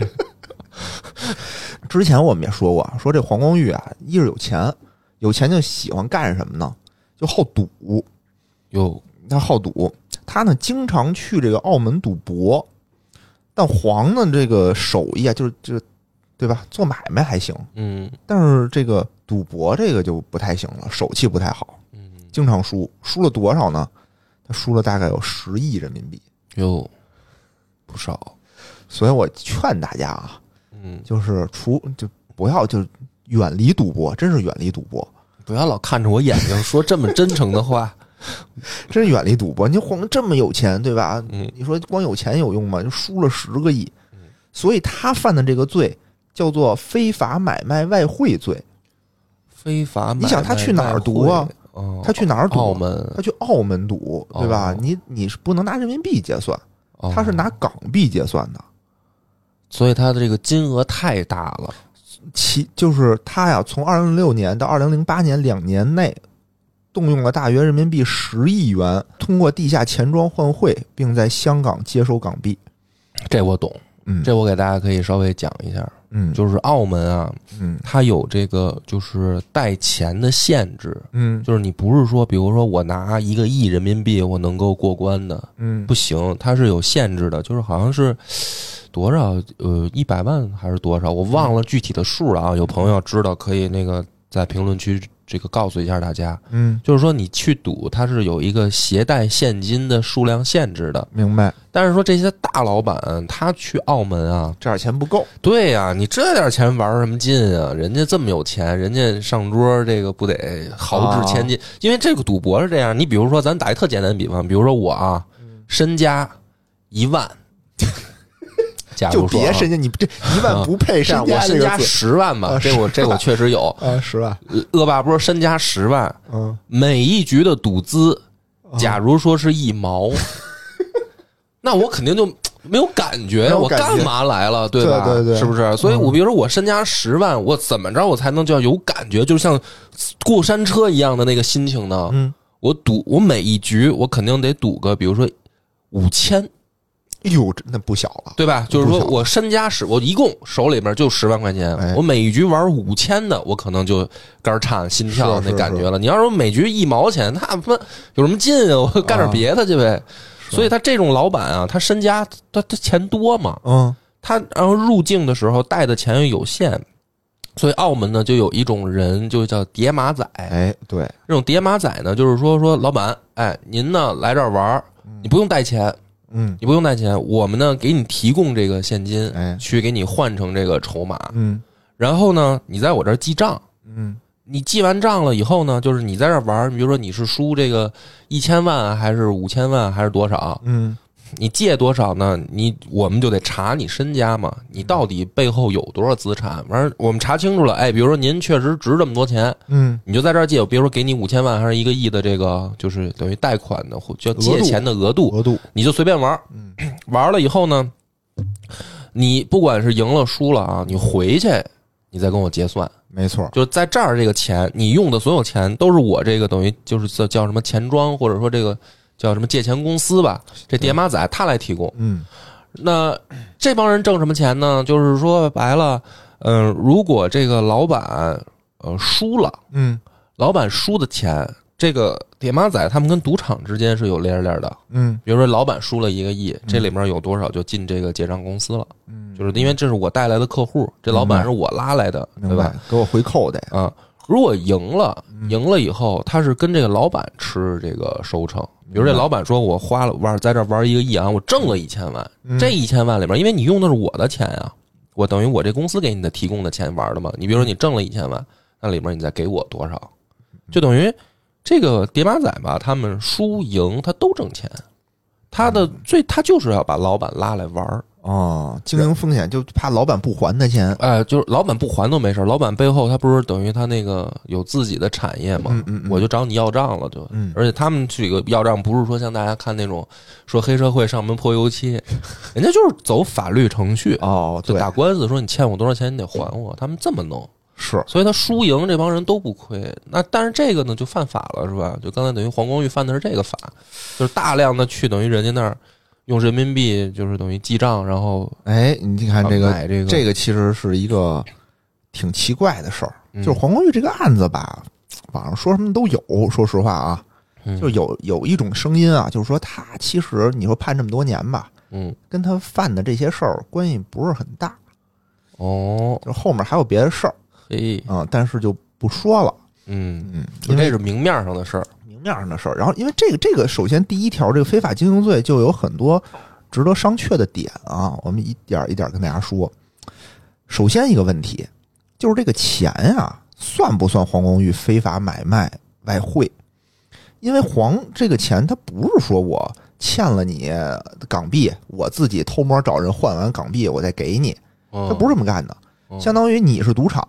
[SPEAKER 2] 之前我们也说过，说这黄光裕啊，一是有钱，有钱就喜欢干什么呢？就好赌，
[SPEAKER 3] 哟，
[SPEAKER 2] 他好赌，他呢经常去这个澳门赌博。但黄呢，这个手艺啊，就是就是，对吧？做买卖还行，
[SPEAKER 3] 嗯
[SPEAKER 2] 但是这个赌博这个就不太行了，手气不太好，
[SPEAKER 3] 嗯，
[SPEAKER 2] 经常输。输了多少呢？他输了大概有十亿人民币。
[SPEAKER 3] 哟，不少。
[SPEAKER 2] 所以我劝大家啊，
[SPEAKER 3] 嗯，
[SPEAKER 2] 就是除就不要就远离赌博，真是远离赌博，
[SPEAKER 3] 不要老看着我眼睛说这么真诚 的话。
[SPEAKER 2] 真远离赌博。你黄这么有钱，对吧？
[SPEAKER 3] 嗯
[SPEAKER 2] 你说光有钱有用吗？就输了十个亿，所以他犯的这个罪叫做非法买卖外汇罪。
[SPEAKER 3] 非法买卖
[SPEAKER 2] 你想他去哪儿读啊
[SPEAKER 3] 外汇？哦
[SPEAKER 2] 他去哪儿啊赌？
[SPEAKER 3] 澳门
[SPEAKER 2] 他，去澳门赌，对吧？
[SPEAKER 3] 哦
[SPEAKER 2] 你你是不能拿人民币结算，
[SPEAKER 3] 哦
[SPEAKER 2] 他是拿港币结算的。
[SPEAKER 3] 所以他的这个金额太大了。
[SPEAKER 2] 其就是他呀，从二零零六年到二零零八年两年内，动用了大约人民币十亿元，通过地下钱庄换汇，并在香港接收港币。
[SPEAKER 3] 这我懂，
[SPEAKER 2] 嗯，
[SPEAKER 3] 这我给大家可以稍微讲一下，
[SPEAKER 2] 嗯
[SPEAKER 3] 就是澳门啊，
[SPEAKER 2] 嗯
[SPEAKER 3] 它有这个就是带钱的限制，
[SPEAKER 2] 嗯
[SPEAKER 3] 就是你不是说，比如说我拿一个亿人民币我能够过关的，
[SPEAKER 2] 嗯
[SPEAKER 3] 不行，它是有限制的，就是好像是多少呃一百万还是多少，我忘了具体的数了啊。有朋友知道可以那个在评论区这个告诉一下大家，
[SPEAKER 2] 嗯，
[SPEAKER 3] 就是说你去赌它是有一个携带现金的数量限制的，
[SPEAKER 2] 明白，
[SPEAKER 3] 但是说这些大老板他去澳门啊，
[SPEAKER 2] 这点钱不够。
[SPEAKER 3] 对呀、你这点钱玩什么劲啊？人家这么有钱，人家上桌这个不得豪掷千金？
[SPEAKER 2] 啊
[SPEAKER 3] 因为这个赌博是这样，你比如说，咱打一特简单的比方，比如说我啊，
[SPEAKER 2] 嗯
[SPEAKER 3] 身家一万， 假
[SPEAKER 2] 就
[SPEAKER 3] 如说、
[SPEAKER 2] 别
[SPEAKER 3] 啊、
[SPEAKER 2] 身家，你这一万不配
[SPEAKER 3] 这
[SPEAKER 2] 身
[SPEAKER 3] 样，我
[SPEAKER 2] 家这
[SPEAKER 3] 身
[SPEAKER 2] 个
[SPEAKER 3] 家
[SPEAKER 2] 字
[SPEAKER 3] 十万吧，
[SPEAKER 2] 啊
[SPEAKER 3] 这我这我确实有。呃
[SPEAKER 2] 啊，十万，
[SPEAKER 3] 恶霸波身家十万，
[SPEAKER 2] 嗯，
[SPEAKER 3] 每一局的赌资，
[SPEAKER 2] 啊
[SPEAKER 3] 假如说是一毛， 那我肯定就没有感觉，
[SPEAKER 2] 没有
[SPEAKER 3] 我
[SPEAKER 2] 感觉
[SPEAKER 3] 干嘛来了，对吧？
[SPEAKER 2] 对嗯对对
[SPEAKER 3] 是不是？所以，我比如说我身家十万，我怎么着我才能叫有感觉，就像过山车一样的那个心情呢？
[SPEAKER 2] 嗯，
[SPEAKER 3] 我赌，我每一局我肯定得赌个，比如说五千，
[SPEAKER 2] 哎呦，这那不小了。
[SPEAKER 3] 对吧？就是
[SPEAKER 2] 不
[SPEAKER 3] 说
[SPEAKER 2] 少
[SPEAKER 3] 我身家十，我一共手里边就十万块钱，
[SPEAKER 2] 哎
[SPEAKER 3] 我每一局玩五千的，我可能就肝儿颤、心跳
[SPEAKER 2] 是
[SPEAKER 3] 那
[SPEAKER 2] 是
[SPEAKER 3] 感觉了。你要是每局一毛钱，那他妈有什么劲啊？我干点别的去呗。所以他这种老板啊，他身家他他钱多嘛，
[SPEAKER 2] 嗯，
[SPEAKER 3] 他然后入境的时候带的钱又有限，所以澳门呢就有一种人就叫叠马仔，
[SPEAKER 2] 哎，对，
[SPEAKER 3] 这种叠马仔呢就是说说老板，哎，您呢来这儿玩儿，你不用带钱，
[SPEAKER 2] 嗯
[SPEAKER 3] 你不用带钱，我们呢给你提供这个现金，
[SPEAKER 2] 哎
[SPEAKER 3] 去给你换成这个筹码，
[SPEAKER 2] 嗯
[SPEAKER 3] 然后呢你在我这儿记账，
[SPEAKER 2] 嗯
[SPEAKER 3] 你记完账了以后呢，就是你在这儿玩儿，比如说你是输这个一千万啊还是五千万还是多少，
[SPEAKER 2] 嗯，
[SPEAKER 3] 你借多少呢？你我们就得查你身家嘛，你到底背后有多少资产？完了，我们查清楚了，哎，比如说您确实值这么多钱，
[SPEAKER 2] 嗯，
[SPEAKER 3] 你就在这儿借，我比如说给你五千万还是一个亿的这个，就是等于贷款的或叫借钱的额度，
[SPEAKER 2] 额度，
[SPEAKER 3] 你就随便玩儿。
[SPEAKER 2] 嗯
[SPEAKER 3] 玩了以后呢，你不管是赢了输了啊，你回去你再跟我结算，
[SPEAKER 2] 没错，
[SPEAKER 3] 就是在这儿这个钱，你用的所有钱都是我这个等于就是叫叫什么钱庄或者说这个叫什么借钱公司吧，这叠马仔他来提供。
[SPEAKER 2] 嗯
[SPEAKER 3] 那这帮人挣什么钱呢？就是说白了，嗯、如果这个老板呃输了，
[SPEAKER 2] 嗯
[SPEAKER 3] 老板输的钱，这个铁马仔他们跟赌场之间是有链儿链儿的。
[SPEAKER 2] 嗯
[SPEAKER 3] 比如说，老板输了一个亿，这里面有多少就进这个结账公司了？
[SPEAKER 2] 嗯，
[SPEAKER 3] 就是因为这是我带来的客户，这老板是我拉来的，对
[SPEAKER 2] 明白
[SPEAKER 3] 吧？，
[SPEAKER 2] 给我回扣得，
[SPEAKER 3] 啊，如果赢了，
[SPEAKER 2] 嗯
[SPEAKER 3] 赢了以后，他是跟这个老板吃这个收成。比如这老板说，我花了玩在这玩一个亿啊，我挣了一千万，
[SPEAKER 2] 嗯
[SPEAKER 3] 这一千万里边，因为你用的是我的钱啊，我等于我这公司给你的提供的钱玩的嘛。你比如说你挣了一千万，那里边你再给我多少，
[SPEAKER 2] 嗯
[SPEAKER 3] 就等于这个叠马仔吧，他们输赢他都挣钱，他的最他就是要把老板拉来玩儿，
[SPEAKER 2] 哦，经营风险就怕老板不还他钱，
[SPEAKER 3] 哎，就是老板不还都没事儿，老板背后他不是等于他那个有自己的产业嘛，
[SPEAKER 2] 嗯嗯嗯
[SPEAKER 3] 我就找你要账了就，
[SPEAKER 2] 嗯
[SPEAKER 3] 而且他们这个要账不是说像大家看那种说黑社会上门泼 油漆，人家就是走法律程序，
[SPEAKER 2] 哦，
[SPEAKER 3] 就
[SPEAKER 2] 对，
[SPEAKER 3] 打官司说你欠我多少钱你得还我，他们这么弄，
[SPEAKER 2] 是，
[SPEAKER 3] 所以他输赢这帮人都不亏。那但是这个呢就犯法了是吧？就刚才等于黄光裕犯的是这个法，就是大量的去等于人家那儿用人民币就是等于记账，然后
[SPEAKER 2] 哎，你看这个
[SPEAKER 3] 买这个
[SPEAKER 2] 这个其实是一个挺奇怪的事儿，
[SPEAKER 3] 嗯
[SPEAKER 2] 就是黄光裕这个案子吧，网上说什么都有。说实话啊，
[SPEAKER 3] 嗯
[SPEAKER 2] 就有有一种声音啊，就是说他其实你说判这么多年吧，
[SPEAKER 3] 嗯
[SPEAKER 2] 跟他犯的这些事儿关系不是很大，
[SPEAKER 3] 哦
[SPEAKER 2] 就是后面还有别的事儿
[SPEAKER 3] 嘿
[SPEAKER 2] 啊、嗯但是就不说了。
[SPEAKER 3] 嗯。
[SPEAKER 2] 嗯，
[SPEAKER 3] 就
[SPEAKER 2] 因
[SPEAKER 3] 这
[SPEAKER 2] 为
[SPEAKER 3] 是明面上的事儿。
[SPEAKER 2] 明面上的事儿。然后因为这个这个，首先第一条，这个非法经营罪就有很多值得商榷的点啊，我们一点儿一点儿跟大家说。首先一个问题就是这个钱啊，算不算黄光裕非法买卖外汇？因为黄这个钱，它不是说我欠了你港币，我自己偷摸找人换完港币，我再给你，他
[SPEAKER 3] 他
[SPEAKER 2] 不是这么干的。
[SPEAKER 3] 嗯
[SPEAKER 2] 相当于你是赌场，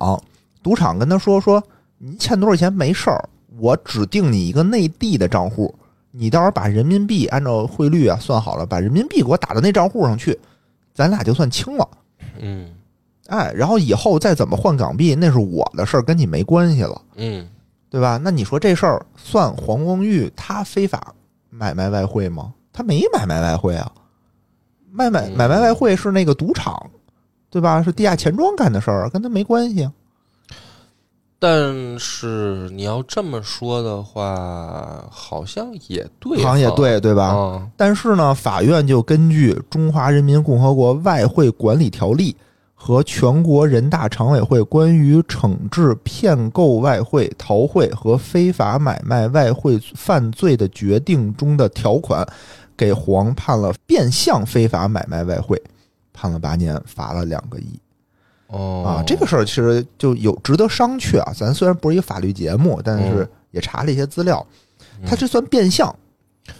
[SPEAKER 2] 赌场跟他说说你欠多少钱没事儿，我指定你一个内地的账户，你到时候把人民币按照汇率啊算好了，把人民币给我打到那账户上去，咱俩就算清了。
[SPEAKER 3] 嗯
[SPEAKER 2] 哎，然后以后再怎么换港币，那是我的事儿，跟你没关系了，
[SPEAKER 3] 嗯，
[SPEAKER 2] 对吧？那你说这事儿算黄光裕他非法买卖外汇吗？他没买卖外汇啊，卖买买卖外汇是那个赌场，对吧？是地下钱庄干的事儿，跟他没关系啊。
[SPEAKER 3] 但是你要这么说的话，好像也对哈，
[SPEAKER 2] 行业对对吧？
[SPEAKER 3] 啊，
[SPEAKER 2] 但是呢，法院就根据《中华人民共和国外汇管理条例》和全国人大常委会关于惩治骗购外汇、逃汇和非法买卖外汇犯罪的决定中的条款，给黄判了变相非法买卖外汇，判了八年，罚了两个亿。
[SPEAKER 3] 哦
[SPEAKER 2] 啊，这个事儿其实就有值得商榷啊。咱虽然不是一个法律节目，但是
[SPEAKER 3] 嗯
[SPEAKER 2] 也查了一些资料，
[SPEAKER 3] 嗯
[SPEAKER 2] 他这算变相。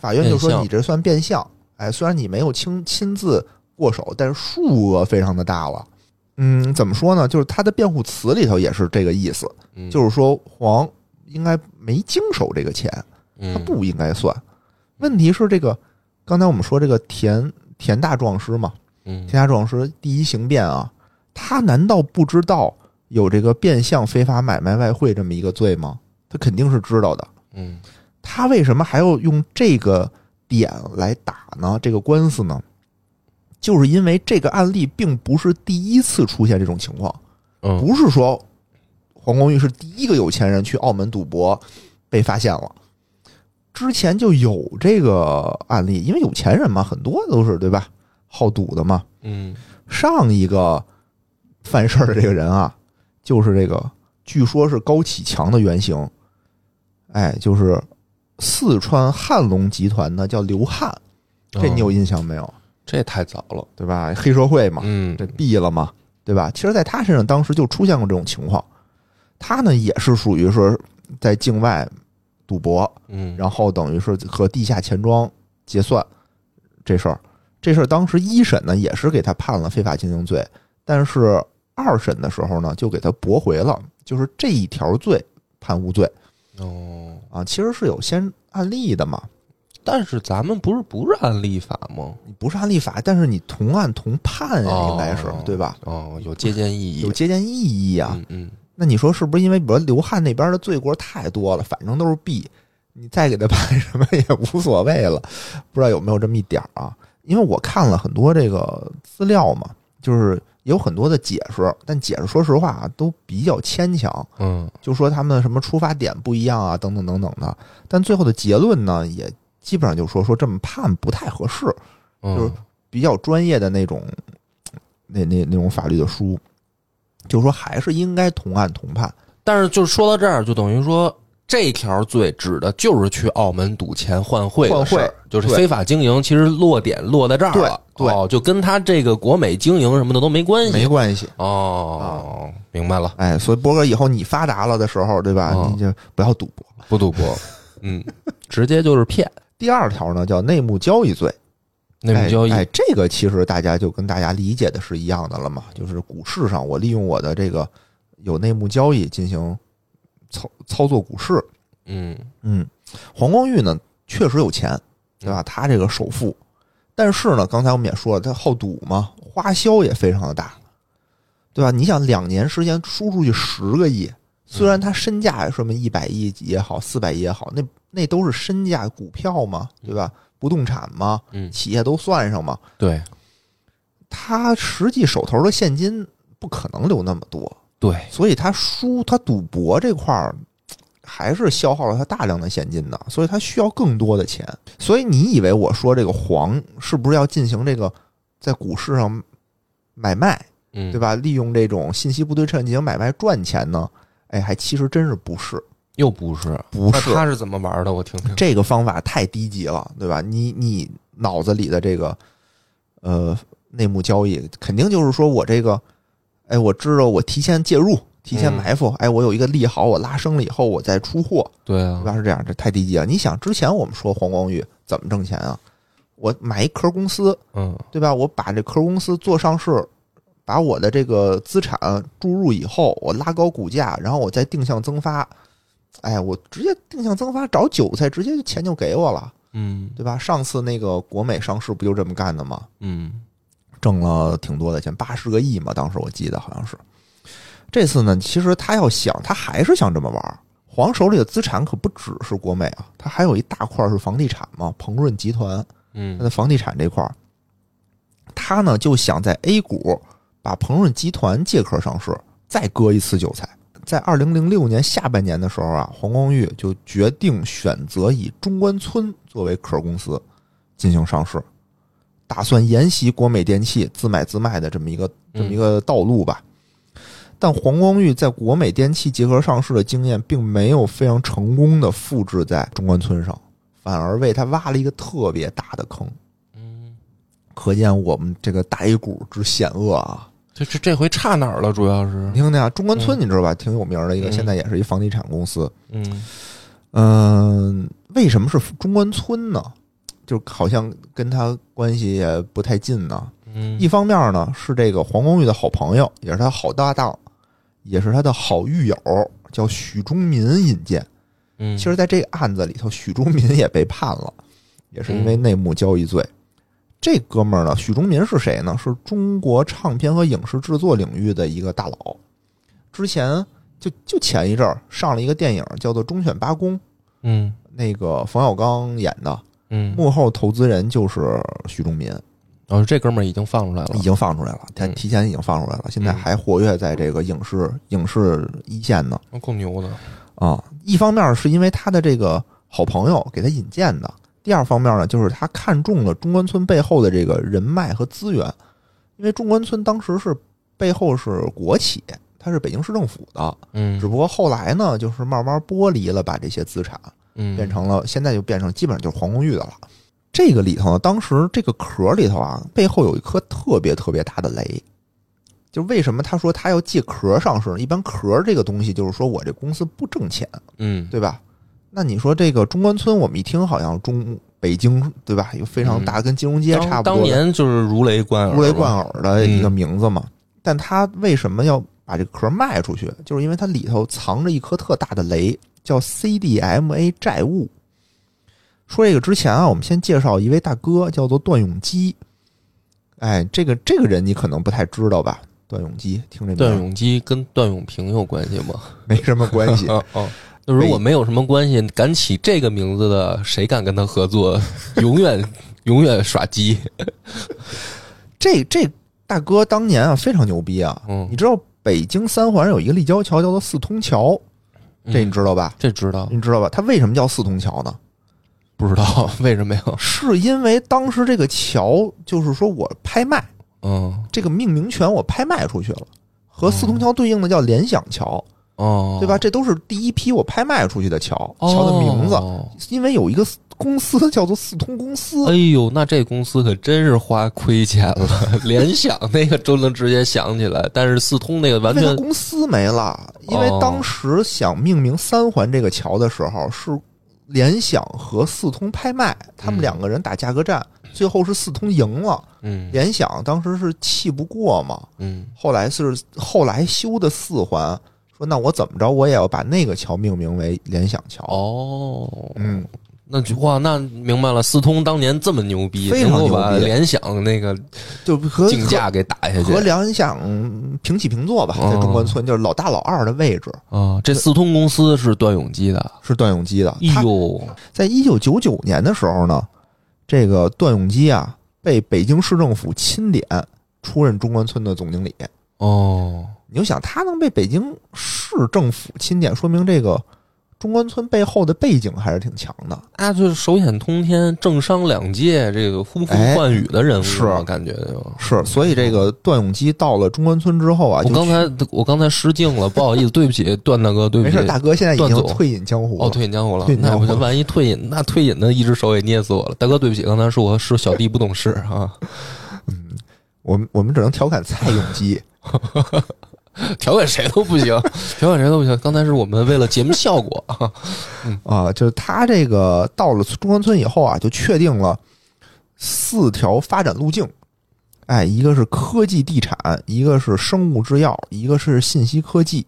[SPEAKER 2] 法院就
[SPEAKER 3] 变
[SPEAKER 2] 说
[SPEAKER 3] 相
[SPEAKER 2] 你这算变相，哎，虽然你没有亲亲自过手，但是数额非常的大了。嗯，怎么说呢？就是他的辩护词里头也是这个意思，
[SPEAKER 3] 嗯
[SPEAKER 2] 就是说黄应该没经手这个钱，
[SPEAKER 3] 嗯
[SPEAKER 2] 他不应该算。问题是这个，刚才我们说这个田田大壮师嘛，
[SPEAKER 3] 嗯
[SPEAKER 2] 田家壮士第一刑辩啊，他难道不知道有这个变相非法买卖外汇这么一个罪吗？他肯定是知道的。
[SPEAKER 3] 嗯
[SPEAKER 2] 他为什么还要用这个点来打呢？这个官司呢？就是因为这个案例并不是第一次出现这种情况，
[SPEAKER 3] 嗯
[SPEAKER 2] 不是说黄光裕是第一个有钱人去澳门赌博被发现了，之前就有这个案例，因为有钱人嘛，很多都是对吧，好赌的嘛，
[SPEAKER 3] 嗯
[SPEAKER 2] 上一个犯事儿的这个人啊，就是这个，据说是高启强的原型，哎，就是四川汉龙集团的叫刘汉，
[SPEAKER 3] 哦
[SPEAKER 2] 这你有印象没有？
[SPEAKER 3] 这也太早了，
[SPEAKER 2] 对吧？黑社会嘛，
[SPEAKER 3] 嗯
[SPEAKER 2] 这毙了嘛，对吧？其实，在他身上当时就出现过这种情况，他呢也是属于说在境外赌博，
[SPEAKER 3] 嗯，
[SPEAKER 2] 然后等于是和地下钱庄结算这事儿。这事儿当时一审呢也是给他判了非法经营罪，但是二审的时候呢就给他驳回了，就是这一条罪判无罪
[SPEAKER 3] 哦，
[SPEAKER 2] 啊，其实是有先案例的嘛，
[SPEAKER 3] 但是咱们不是不是按立法吗？
[SPEAKER 2] 你不是案例法，但是你同案同判呀，
[SPEAKER 3] 哦
[SPEAKER 2] 应该是对吧？
[SPEAKER 3] 哦，有借鉴意义，
[SPEAKER 2] 有借鉴意义啊，
[SPEAKER 3] 嗯嗯，
[SPEAKER 2] 那你说是不是因为比如刘汉那边的罪过太多了，反正都是弊，你再给他判什么也无所谓了？不知道有没有这么一点儿啊？因为我看了很多这个资料嘛，就是有很多的解释，但解释说实话啊都比较牵强，
[SPEAKER 3] 嗯
[SPEAKER 2] 就说他们什么出发点不一样啊，等等等等的。但最后的结论呢，也基本上就说说这么判不太合适，
[SPEAKER 3] 嗯，
[SPEAKER 2] 就是比较专业的那种那那那种法律的书，就说还是应该同案同判。
[SPEAKER 3] 但是就是说到这儿，就等于说这条罪指的就是去澳门赌钱换汇的事
[SPEAKER 2] 换
[SPEAKER 3] 儿
[SPEAKER 2] 汇，
[SPEAKER 3] 就是
[SPEAKER 2] 对
[SPEAKER 3] 非法经营，其实落点落在这儿了，
[SPEAKER 2] 对对
[SPEAKER 3] 哦，就跟他这个国美经营什么的都没关
[SPEAKER 2] 没啊
[SPEAKER 3] 系。
[SPEAKER 2] 关系。
[SPEAKER 3] 哦，明白了，
[SPEAKER 2] 哎，所以波哥以后你发达了的时候，对吧？
[SPEAKER 3] 嗯
[SPEAKER 2] 你就不要赌博。
[SPEAKER 3] 不赌 博，嗯，直接就是骗
[SPEAKER 2] 第二条呢，叫内幕交易罪。
[SPEAKER 3] 内幕交易
[SPEAKER 2] 哎，哎这个其实大家就跟大家理解的是一样的了嘛，就是股市上我利用我的这个有内幕交易进行操操作股市。
[SPEAKER 3] 嗯
[SPEAKER 2] 嗯，黄光裕呢确实有钱，对吧？他这个首富，但是呢，刚才我们也说了，他好赌嘛，花销也非常的大，对吧？你想两年时间输出去十个亿，虽然他身价什么一百亿也好，四百亿也好，那那都是身价股票嘛，对吧？不动产嘛，
[SPEAKER 3] 嗯，
[SPEAKER 2] 企业都算上嘛，
[SPEAKER 3] 对
[SPEAKER 2] 他实际手头的现金不可能留那么多，
[SPEAKER 3] 对，
[SPEAKER 2] 所以他输他赌博这块儿还是消耗了他大量的现金的，所以他需要更多的钱。所以你以为我说这个黄是不是要进行这个在股市上买卖，
[SPEAKER 3] 嗯
[SPEAKER 2] 对？吧？利用这种信息不对称进行买卖赚钱呢？哎，还其实真是不是，
[SPEAKER 3] 又不是，
[SPEAKER 2] 不
[SPEAKER 3] 那
[SPEAKER 2] 是
[SPEAKER 3] 他是怎么玩的？我听听。
[SPEAKER 2] 这个方法太低级了，对吧？你你脑子里的这个呃内幕交易，肯定就是说我这个，哎，我知道我提前介入，提前
[SPEAKER 3] 嗯
[SPEAKER 2] 埋伏，哎，我有一个利好，我拉升了以后我再出货，
[SPEAKER 3] 对
[SPEAKER 2] 对
[SPEAKER 3] 啊，
[SPEAKER 2] 吧？是这样，这太低级了。你想，之前我们说黄光裕怎么挣钱啊？我买一壳公司，
[SPEAKER 3] 嗯
[SPEAKER 2] 对吧？我把这壳公司做上市，把我的这个资产注入以后，我拉高股价，然后我再定向增发。哎，我直接定向增发，找韭菜，直接就钱就给我了，
[SPEAKER 3] 嗯
[SPEAKER 2] 对吧？上次那个国美上市不就这么干的吗？
[SPEAKER 3] 嗯
[SPEAKER 2] 挣了挺多的钱，八十个亿嘛，当时我记得好像是。这次呢，其实他要想，他还是想这么玩儿。黄手里的资产可不只是国美啊，他还有一大块儿是房地产嘛，鹏润集团，他
[SPEAKER 3] 嗯
[SPEAKER 2] 的房地产这块儿，他呢就想在 A 股把鹏润集团借壳上市，再割一次韭菜。在二零零六年下半年的时候啊，黄光裕就决定选择以中关村作为壳公司进行上市，打算沿袭国美电器自买自卖的这么一个这么一个道路吧。但黄光裕在国美电器结合上市的经验，并没有非常成功的复制在中关村上，反而为他挖了一个特别大的坑。
[SPEAKER 3] 嗯，
[SPEAKER 2] 可见我们这个大 A 股之险恶啊！
[SPEAKER 3] 这这这回差哪儿了？主要是
[SPEAKER 2] 你听听啊，中关村
[SPEAKER 3] 嗯
[SPEAKER 2] 你知道吧？挺有名的一个，
[SPEAKER 3] 嗯
[SPEAKER 2] 现在也是一房地产公司。
[SPEAKER 3] 嗯
[SPEAKER 2] 嗯，为什么是中关村呢？就好像跟他关系也不太近呢。
[SPEAKER 3] 嗯
[SPEAKER 2] 一方面呢，是这个黄光裕的好朋友，也是他好搭档，也是他的好狱友，叫许忠民引荐。
[SPEAKER 3] 嗯，
[SPEAKER 2] 其实，在这个案子里头，许忠民也被判了，也是因
[SPEAKER 3] 嗯
[SPEAKER 2] 为内幕交易罪。这哥们儿呢，许忠民是谁呢？是中国唱片和影视制作领域的一个大佬。之前就就前一阵儿上了一个电影，叫做《忠犬八公》，
[SPEAKER 3] 嗯
[SPEAKER 2] 那个冯小刚演的，
[SPEAKER 3] 嗯，
[SPEAKER 2] 幕后投资人就是许忠民，
[SPEAKER 3] 哦，这哥们儿已经放出来了
[SPEAKER 2] 已，经放出来了，他
[SPEAKER 3] 嗯
[SPEAKER 2] 提前已经放出来了，现在还活跃在这个影视影视一线呢。
[SPEAKER 3] 那够牛的，
[SPEAKER 2] 啊，一方面是因为他的这个好朋友给他引荐的，第二方面呢，就是他看中了中关村背后的这个人脉和资源，因为中关村当时是背后是国企，它是北京市政府的，
[SPEAKER 3] 嗯
[SPEAKER 2] 只不过后来呢，就是慢慢剥离了，把这些资产
[SPEAKER 3] 嗯
[SPEAKER 2] 变成了现在就变成基本上就是黄光裕的了。这个里头呢，当时这个壳里头啊，背后有一颗特别特别大的雷。就为什么他说他要借壳上市呢？一般壳这个东西就是说我这公司不挣钱，
[SPEAKER 3] 嗯
[SPEAKER 2] 对吧？那你说这个中关村，我们一听好像中北京对吧，有非常大，跟金融街
[SPEAKER 3] 嗯当
[SPEAKER 2] 差不多的，
[SPEAKER 3] 当年就是如雷贯耳，
[SPEAKER 2] 如雷贯耳的一个名字嘛。但它为什么要把这壳卖出去？就是因为它里头藏着一颗特大的雷，叫 CDMA 债务。说这个之前啊，我们先介绍一位大哥，叫做段永基。哎，这个这个人你可能不太知道吧？段永基，听这名
[SPEAKER 3] 段
[SPEAKER 2] 儿
[SPEAKER 3] 永基跟段永平有关系吗？
[SPEAKER 2] 没什么关系，
[SPEAKER 3] 哦哦，那如果没有什么关系，敢起这个名字的，谁敢跟他合作， 永远永远耍鸡。
[SPEAKER 2] 这这大哥当年啊非常牛逼啊！
[SPEAKER 3] 嗯
[SPEAKER 2] 你知道北京三环有一个立交桥叫做四通桥，这你
[SPEAKER 3] 嗯
[SPEAKER 2] 知道吧？
[SPEAKER 3] 这知道
[SPEAKER 2] 你知道吧？它为什么叫四通桥呢？
[SPEAKER 3] 不知道为什么呀？
[SPEAKER 2] 是因为当时这个桥就是说我拍卖
[SPEAKER 3] 嗯
[SPEAKER 2] 这个命名权我拍卖出去了，和四通桥对应的叫联想桥，
[SPEAKER 3] 哦，
[SPEAKER 2] 对吧？？这都是第一批我拍卖出去的桥，
[SPEAKER 3] 哦、
[SPEAKER 2] 桥的名字，因为有一个公司叫做四通公司
[SPEAKER 3] 哎，呦，那这公司可真是花亏钱了。 联想那个都能直接想起来，但是四通那个完
[SPEAKER 2] 因为它
[SPEAKER 3] 全
[SPEAKER 2] 公司没了，因为
[SPEAKER 3] 哦
[SPEAKER 2] 当时想命名三环这个桥的时候是联想和四通拍卖，他们
[SPEAKER 3] 嗯
[SPEAKER 2] 两个人打价格战，最后是四通赢了。
[SPEAKER 3] 嗯
[SPEAKER 2] 联想当时是气不过嘛，
[SPEAKER 3] 嗯
[SPEAKER 2] 后来是后来修的四环，说那我怎么着我也要把那个桥命名为联想桥。
[SPEAKER 3] 哦
[SPEAKER 2] 嗯，
[SPEAKER 3] 那就哇，那明白了，四通当年这么牛逼，
[SPEAKER 2] 非常
[SPEAKER 3] 能够
[SPEAKER 2] 牛
[SPEAKER 3] 把
[SPEAKER 2] 逼
[SPEAKER 3] 联想那个
[SPEAKER 2] 就和
[SPEAKER 3] 竞价给打下
[SPEAKER 2] 和
[SPEAKER 3] 去
[SPEAKER 2] 和联想平起平坐吧，在中关
[SPEAKER 3] 哦
[SPEAKER 2] 村就是老大老二的位置
[SPEAKER 3] 啊！这四通公司是段永基的，
[SPEAKER 2] 是段永基的。
[SPEAKER 3] 哎
[SPEAKER 2] 他
[SPEAKER 3] 呦，
[SPEAKER 2] 在一九九九年的时候呢，这个段永基啊被北京市政府钦点出任中关村的总经理。
[SPEAKER 3] 哦，
[SPEAKER 2] 你就想他能被北京市政府钦点，说明这个中关村背后的背景还是挺强的。
[SPEAKER 3] 那啊就是手眼通天、政商两界这个呼风唤雨的人物嘛，
[SPEAKER 2] 哎是
[SPEAKER 3] 感觉就。
[SPEAKER 2] 是，所以这个段永基到了中关村之后啊，
[SPEAKER 3] 我
[SPEAKER 2] 就
[SPEAKER 3] 刚
[SPEAKER 2] 去
[SPEAKER 3] 才我刚才失敬了，不好意思，对不起，段大哥，对不
[SPEAKER 2] 没
[SPEAKER 3] 起
[SPEAKER 2] 事，。大哥现在已
[SPEAKER 3] 段
[SPEAKER 2] 经
[SPEAKER 3] 总
[SPEAKER 2] 退隐江湖了。
[SPEAKER 3] 哦，退隐江湖了
[SPEAKER 2] 退，隐江
[SPEAKER 3] 那
[SPEAKER 2] 湖
[SPEAKER 3] 我就万一退隐，那退隐的一只手也捏死我了。大哥，对不起，刚才是我是小弟不懂事啊。
[SPEAKER 2] 我们我们只能调侃蔡永基。
[SPEAKER 3] 调侃谁都 不行，调侃谁都不行。刚才是我们为了节目效果，
[SPEAKER 2] 啊，就是他这个到了中关村以后啊，就确定了四条发展路径。哎，一个是科技地产，一个是生物制药，一个是信息科技。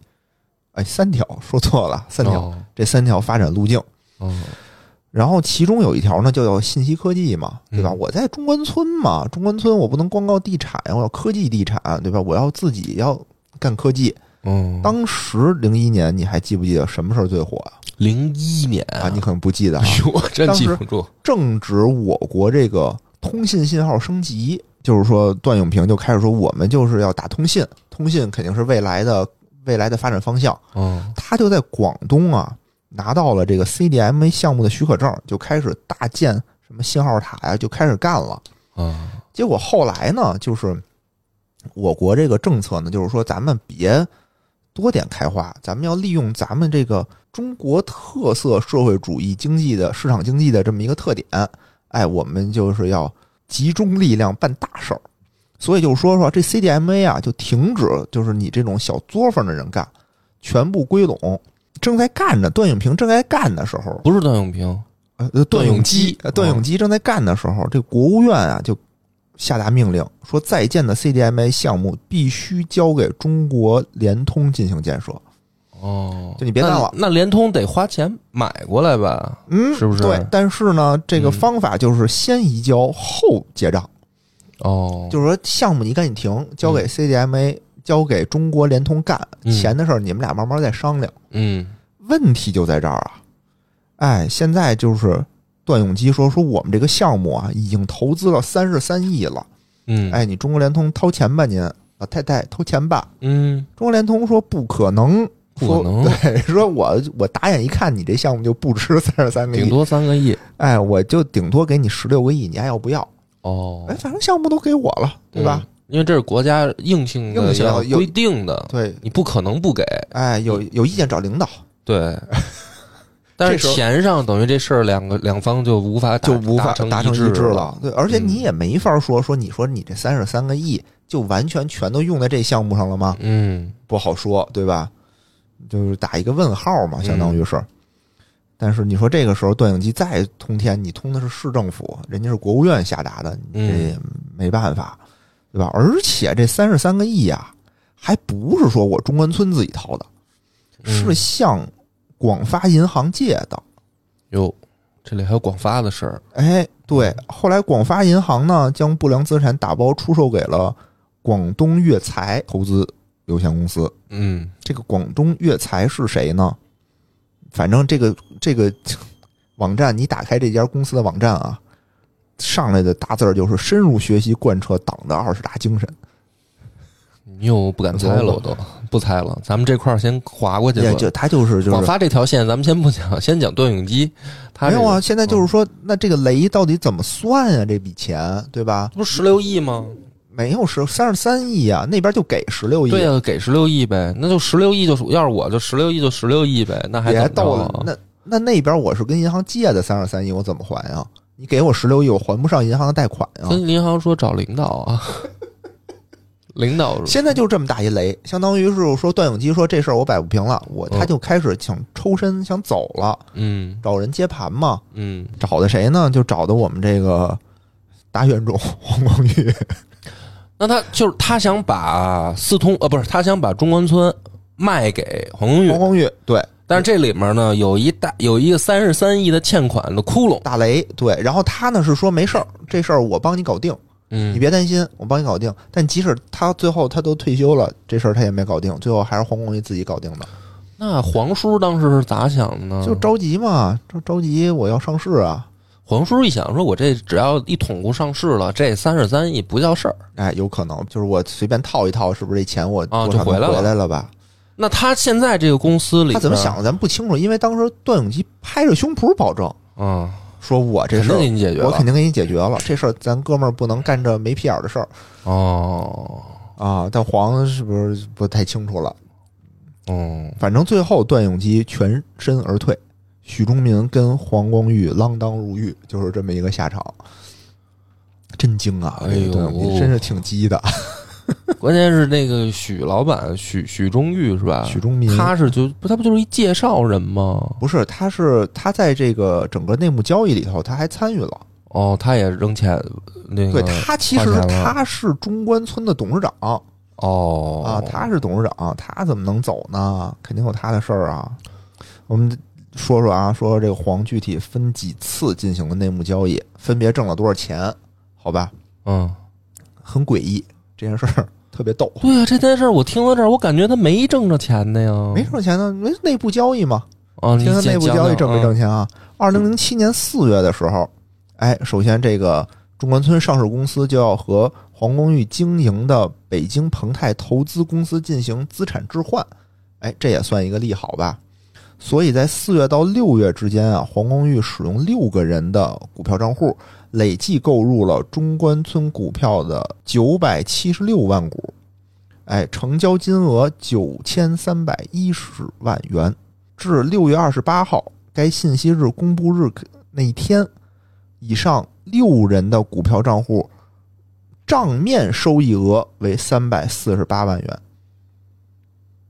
[SPEAKER 2] 哎，三条说错了，三条，
[SPEAKER 3] 哦
[SPEAKER 2] 这三条发展路径。
[SPEAKER 3] 哦
[SPEAKER 2] 然后其中有一条呢，就叫信息科技嘛，对吧？
[SPEAKER 3] 嗯
[SPEAKER 2] 我在中关村嘛，中关村我不能光靠地产，我要科技地产，对吧？我要自己要干科技。
[SPEAKER 3] 嗯，
[SPEAKER 2] 当时零一年，你还记不记得什么事儿最火呀、
[SPEAKER 3] 零一年
[SPEAKER 2] 啊？你可能不记 得、啊
[SPEAKER 3] 哎。呦，我真
[SPEAKER 2] 当
[SPEAKER 3] 记
[SPEAKER 2] 时
[SPEAKER 3] 不住。
[SPEAKER 2] 正值我国这个通信信号升级，就是说段永平就开始说我们就是要打通信，通信肯定是未来的未来的发展方向。
[SPEAKER 3] 嗯，
[SPEAKER 2] 他就在广东啊拿到了这个 CDMA 项目的许可证，就开始大建什么信号塔呀、就开始干了。
[SPEAKER 3] 啊，
[SPEAKER 2] 结果后来呢，就是我国这个政策呢，就是说咱们别多点开花，咱们要利用咱们这个中国特色社会主义经济的市场经济的这么一个特点，哎，我们就是要集中力量办大事儿。所以就是说说这 CDMA 啊，就停止就是你这种小作坊的人干，全部归拢。正在干着，段永平正在干的时候，
[SPEAKER 3] 不是段永平，
[SPEAKER 2] 呃，段永基
[SPEAKER 3] 段永基，哦
[SPEAKER 2] 呃段永基正在干的时候，这国务院啊就下达命令说，在建的 CDMA 项目必须交给中国联通进行建设。
[SPEAKER 3] 哦，
[SPEAKER 2] 就你别干了
[SPEAKER 3] 那。那联通得花钱买过来吧？
[SPEAKER 2] 嗯，
[SPEAKER 3] 是不是
[SPEAKER 2] 对，但是呢，这个
[SPEAKER 3] 嗯
[SPEAKER 2] 方法就是先移交后结账，
[SPEAKER 3] 哦，
[SPEAKER 2] 就是说项目你赶紧停，交给
[SPEAKER 3] 嗯
[SPEAKER 2] CDMA，交给中国联通干，
[SPEAKER 3] 嗯
[SPEAKER 2] 钱的事儿你们俩慢慢再商量。
[SPEAKER 3] 嗯
[SPEAKER 2] 问题就在这儿啊！哎，现在就是段永基说说我们这个项目啊，已经投资了三十三亿了。
[SPEAKER 3] 嗯，
[SPEAKER 2] 哎，你中国联通掏钱吧您，老太太掏钱吧。
[SPEAKER 3] 嗯，
[SPEAKER 2] 中国联通说不可能，
[SPEAKER 3] 不可能
[SPEAKER 2] 说 对，说我我打眼一看你这项目就不值三十三个
[SPEAKER 3] 顶
[SPEAKER 2] 亿，
[SPEAKER 3] 多三个亿。
[SPEAKER 2] 哎，我就顶多给你十六个亿，你还要不要？
[SPEAKER 3] 哦
[SPEAKER 2] 哎，，反正项目都给我了，对吧？
[SPEAKER 3] 嗯？因为这是国家硬性的
[SPEAKER 2] 硬性
[SPEAKER 3] 要
[SPEAKER 2] 有
[SPEAKER 3] 规定的，
[SPEAKER 2] 对，
[SPEAKER 3] 你不可能不给。
[SPEAKER 2] 哎，有
[SPEAKER 3] 嗯
[SPEAKER 2] 有意见找领导，
[SPEAKER 3] 对，
[SPEAKER 2] 这
[SPEAKER 3] 但
[SPEAKER 2] 时
[SPEAKER 3] 是
[SPEAKER 2] 候
[SPEAKER 3] 钱上等于这事儿两个两方就无法达
[SPEAKER 2] 就无法
[SPEAKER 3] 成
[SPEAKER 2] 达成
[SPEAKER 3] 一
[SPEAKER 2] 一致
[SPEAKER 3] 了。
[SPEAKER 2] 了。对，而且
[SPEAKER 3] 嗯
[SPEAKER 2] 你也没法说说，你说你这三十三个亿就完全全都用在这项目上了吗？
[SPEAKER 3] 嗯
[SPEAKER 2] 不好说，对吧？就是打一个问号嘛，相当于是。但是你说这个时候段永基再通天，你通的是市政府，人家是国务院下达的，你这也没办法，对吧？而且这三十三个亿啊，还不是说我中关村自己掏的，
[SPEAKER 3] 嗯
[SPEAKER 2] 是向广发银行借的。
[SPEAKER 3] 嗯哟，这里还有广发的事儿。
[SPEAKER 2] 哎，对，后来广发银行呢，将不良资产打包出售给了广东粤财投资有限公司。
[SPEAKER 3] 嗯，
[SPEAKER 2] 这个广东粤财是谁呢？反正这个这个网站，你打开这家公司的网站啊，上来的大字儿就是深入学习贯彻党的二十大精神，
[SPEAKER 3] 你又不敢猜了，我都不猜了。咱们这块儿先划过去吧
[SPEAKER 2] 也。哎就他就是就
[SPEAKER 3] 广
[SPEAKER 2] 是
[SPEAKER 3] 发这条线咱们先不讲， 先讲段永基。他嗯
[SPEAKER 2] 没
[SPEAKER 3] 这
[SPEAKER 2] 有
[SPEAKER 3] 个
[SPEAKER 2] 啊。现在就是说，那这个雷到底怎么算啊？这笔钱对吧？
[SPEAKER 3] 不是十六亿吗？
[SPEAKER 2] 没有十三十三亿啊，那边就给十六亿，
[SPEAKER 3] 对呀、啊给十六亿呗，那就十六亿就要是我就十六亿就十六亿呗，那还
[SPEAKER 2] 别
[SPEAKER 3] 怎么着
[SPEAKER 2] 逗
[SPEAKER 3] 啊
[SPEAKER 2] 了。那那那边我是跟银行借的三十三亿，我怎么还啊？你给我十六亿，我还不上银行的贷款啊。
[SPEAKER 3] 跟银行说找领导 啊，领导
[SPEAKER 2] 现在就这么大一雷，相当于是说段永基说这事儿我摆不平了，我
[SPEAKER 3] 嗯
[SPEAKER 2] 他就开始想抽身想走了，
[SPEAKER 3] 嗯
[SPEAKER 2] 找人接盘嘛，
[SPEAKER 3] 嗯，
[SPEAKER 2] 找的谁呢？就找的我们这个大冤种黄光裕。
[SPEAKER 3] 那他就是他想把四通呃不是他想把中关村卖给黄光裕
[SPEAKER 2] 黄，光裕对
[SPEAKER 3] 但是这里面呢有一大有一个三十三亿的欠款的窟窿，
[SPEAKER 2] 大雷对，然后他呢是说没事儿，这事儿我帮你搞定，你
[SPEAKER 3] 嗯
[SPEAKER 2] 别担心，我帮你搞定。但即使他最后他都退休了，这事儿他也没搞定，最后还是黄光裕自己搞定的，
[SPEAKER 3] 那黄叔当时是咋想的呢？
[SPEAKER 2] 就着急嘛，着着急我要上市啊，
[SPEAKER 3] 黄叔一想说，我这只要一捅咕上市了，这三十三亿不叫事儿。
[SPEAKER 2] 哎，有可能就是我随便套一套，是不是这钱我
[SPEAKER 3] 啊
[SPEAKER 2] 多
[SPEAKER 3] 就
[SPEAKER 2] 少能
[SPEAKER 3] 回来了
[SPEAKER 2] 回来了吧？
[SPEAKER 3] 那他现在这个公司里，
[SPEAKER 2] 他怎么想？的咱不清楚，因为当时段永基拍着胸脯保证
[SPEAKER 3] 嗯，
[SPEAKER 2] 说：“我这
[SPEAKER 3] 肯
[SPEAKER 2] 事儿
[SPEAKER 3] 定给你解决了。
[SPEAKER 2] 我肯定给你解决了，这事儿咱哥们儿不能干这没屁眼儿的事儿
[SPEAKER 3] 哦，
[SPEAKER 2] 啊。”但黄是不是不太清楚了？
[SPEAKER 3] 嗯，
[SPEAKER 2] 反正最后段永基全身而退，许忠民跟黄光裕锒铛入狱，就是这么一个下场。震惊啊！
[SPEAKER 3] 哎
[SPEAKER 2] 这
[SPEAKER 3] 呦
[SPEAKER 2] 个段永基真是挺鸡的。
[SPEAKER 3] 关键是那个许老板许许忠玉是吧？
[SPEAKER 2] 许忠民
[SPEAKER 3] 哦他是就不他不就是一介绍人吗？
[SPEAKER 2] 不是，他是他在这个整个内幕交易里头，他还参与了。
[SPEAKER 3] 哦，他也扔钱那个
[SPEAKER 2] 对他其
[SPEAKER 3] 花
[SPEAKER 2] 实
[SPEAKER 3] 钱了
[SPEAKER 2] 他是中关村的董事长
[SPEAKER 3] 哦
[SPEAKER 2] 啊，他是董事长，他怎么能走呢？肯定有他的事儿啊。我们说说啊，说说这个黄具体分几次进行的内幕交易，分别挣了多少钱？好吧，
[SPEAKER 3] 嗯，
[SPEAKER 2] 很诡异这件事儿，特别逗。
[SPEAKER 3] 对啊，这件事儿我听到这儿，我感觉他没挣着钱的呀，
[SPEAKER 2] 没挣钱呢，没内部交易嘛，
[SPEAKER 3] 啊，你
[SPEAKER 2] 听他
[SPEAKER 3] 先
[SPEAKER 2] 内部
[SPEAKER 3] 讲
[SPEAKER 2] 交易
[SPEAKER 3] 讲
[SPEAKER 2] 挣没挣？钱啊？二零零七年四月的时候，哎，首先这个中关村上市公司就要和黄光裕经营的北京鹏泰投资公司进行资产置换，哎，这也算一个利好吧。所以在四月到六月之间啊，黄光裕使用六个人的股票账户，累计购入了中关村股票的九百七十六万股，哎，成交金额九千三百一十万元。至六月二十八号该信息日公布日那一天，以上六人的股票账户账面收益额为三百四十八万元。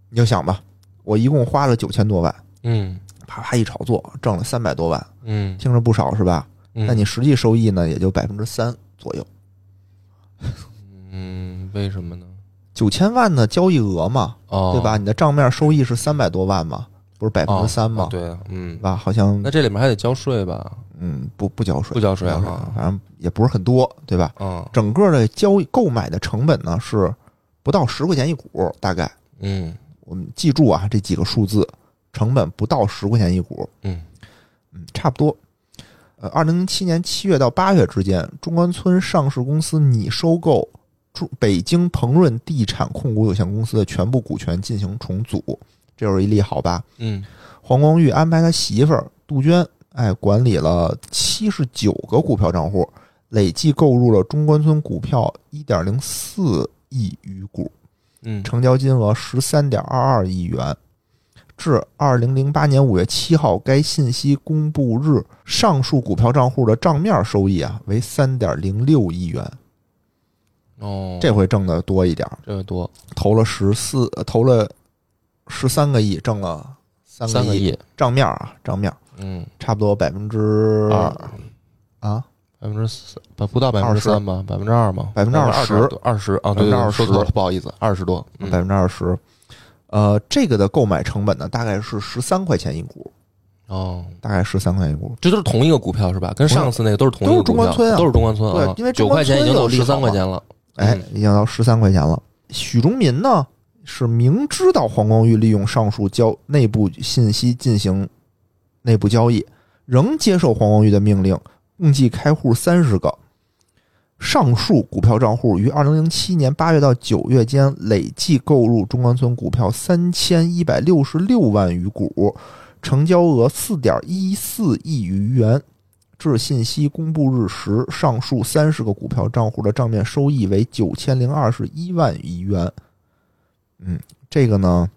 [SPEAKER 2] 你就想吧，我一共花了九千多万，
[SPEAKER 3] 嗯
[SPEAKER 2] 啪啪一炒作挣了三百多万，
[SPEAKER 3] 嗯，
[SPEAKER 2] 听着不少是吧？
[SPEAKER 3] 那
[SPEAKER 2] 那你实际收益呢，也就百分之三左右。
[SPEAKER 3] 嗯，为什么呢？
[SPEAKER 2] 九千万的交易额嘛，
[SPEAKER 3] 哦，
[SPEAKER 2] 对吧？你的账面收益是三百多万嘛，不是百分
[SPEAKER 3] 哦？
[SPEAKER 2] 之三嘛
[SPEAKER 3] 哦？对啊，嗯
[SPEAKER 2] 对，吧？好像
[SPEAKER 3] 那这里面还得交税吧？
[SPEAKER 2] 嗯，不不交税，
[SPEAKER 3] 不交税啊
[SPEAKER 2] 反正也不是很多，对吧？
[SPEAKER 3] 嗯
[SPEAKER 2] 整个的交易购买的成本呢是不到十块钱一股，大概
[SPEAKER 3] 嗯
[SPEAKER 2] 我们记住啊这几个数字，成本不到十块钱一股，
[SPEAKER 3] 嗯
[SPEAKER 2] 嗯，差不多。呃，二零零七年七月到八月之间，中关村上市公司拟收购中北京鹏润地产控股有限公司的全部股权进行重组，这就是一利好吧？
[SPEAKER 3] 嗯，
[SPEAKER 2] 黄光裕安排他媳妇儿杜鹃，哎，管理了七十九个股票账户，累计购入了中关村股票一点零四亿余股，
[SPEAKER 3] 嗯
[SPEAKER 2] 成交金额十三点二二亿元。至二零零八年五月七号该信息公布日，上述股票账户的账面收益啊为三点零六亿元，
[SPEAKER 3] 哦，
[SPEAKER 2] 这回挣的多一点儿，
[SPEAKER 3] 这个多
[SPEAKER 2] 投了十四，投了十三个亿，挣了三
[SPEAKER 3] 三
[SPEAKER 2] 个
[SPEAKER 3] 个
[SPEAKER 2] 亿，
[SPEAKER 3] 亿，
[SPEAKER 2] 账面啊，账面。
[SPEAKER 3] 嗯，
[SPEAKER 2] 差不多百分之
[SPEAKER 3] 二嗯
[SPEAKER 2] 啊，
[SPEAKER 3] 百分之四，不不到百分之三吧，百分之二嘛，
[SPEAKER 2] 百分之
[SPEAKER 3] 二
[SPEAKER 2] 二
[SPEAKER 3] 十
[SPEAKER 2] 十
[SPEAKER 3] 二十啊，
[SPEAKER 2] 百分
[SPEAKER 3] 对
[SPEAKER 2] 之
[SPEAKER 3] 对，对
[SPEAKER 2] 二十
[SPEAKER 3] 说错了，不好意思，二十多，
[SPEAKER 2] 百
[SPEAKER 3] 嗯
[SPEAKER 2] 分之二十。呃，这个的购买成本呢，大概是十三块钱一股，
[SPEAKER 3] 哦，
[SPEAKER 2] 大概十三块钱一股。
[SPEAKER 3] 这都是同一个股票是吧？跟上次那个都是同一个股票
[SPEAKER 2] 都是中关村啊
[SPEAKER 3] 都是中关村啊，
[SPEAKER 2] 对因为
[SPEAKER 3] 九
[SPEAKER 2] 中
[SPEAKER 3] 块
[SPEAKER 2] 关
[SPEAKER 3] 钱
[SPEAKER 2] 村
[SPEAKER 3] 已经到
[SPEAKER 2] 有利
[SPEAKER 3] 十
[SPEAKER 2] 好嘛
[SPEAKER 3] 三块钱了，
[SPEAKER 2] 哎
[SPEAKER 3] 嗯，
[SPEAKER 2] 已经到十三块钱了。许忠民呢，是明知道黄光裕利用上述交内部信息进行内部交易，仍接受黄光裕的命令，共计开户三十个。上述股票账户于二零零七年八月到九月间累计购入中关村股票三千一百六十六万余股，成交额四点一四亿余元。至信息公布日时，上述三十个股票账户的账面收益为九千零二十一万余元。嗯，这个呢，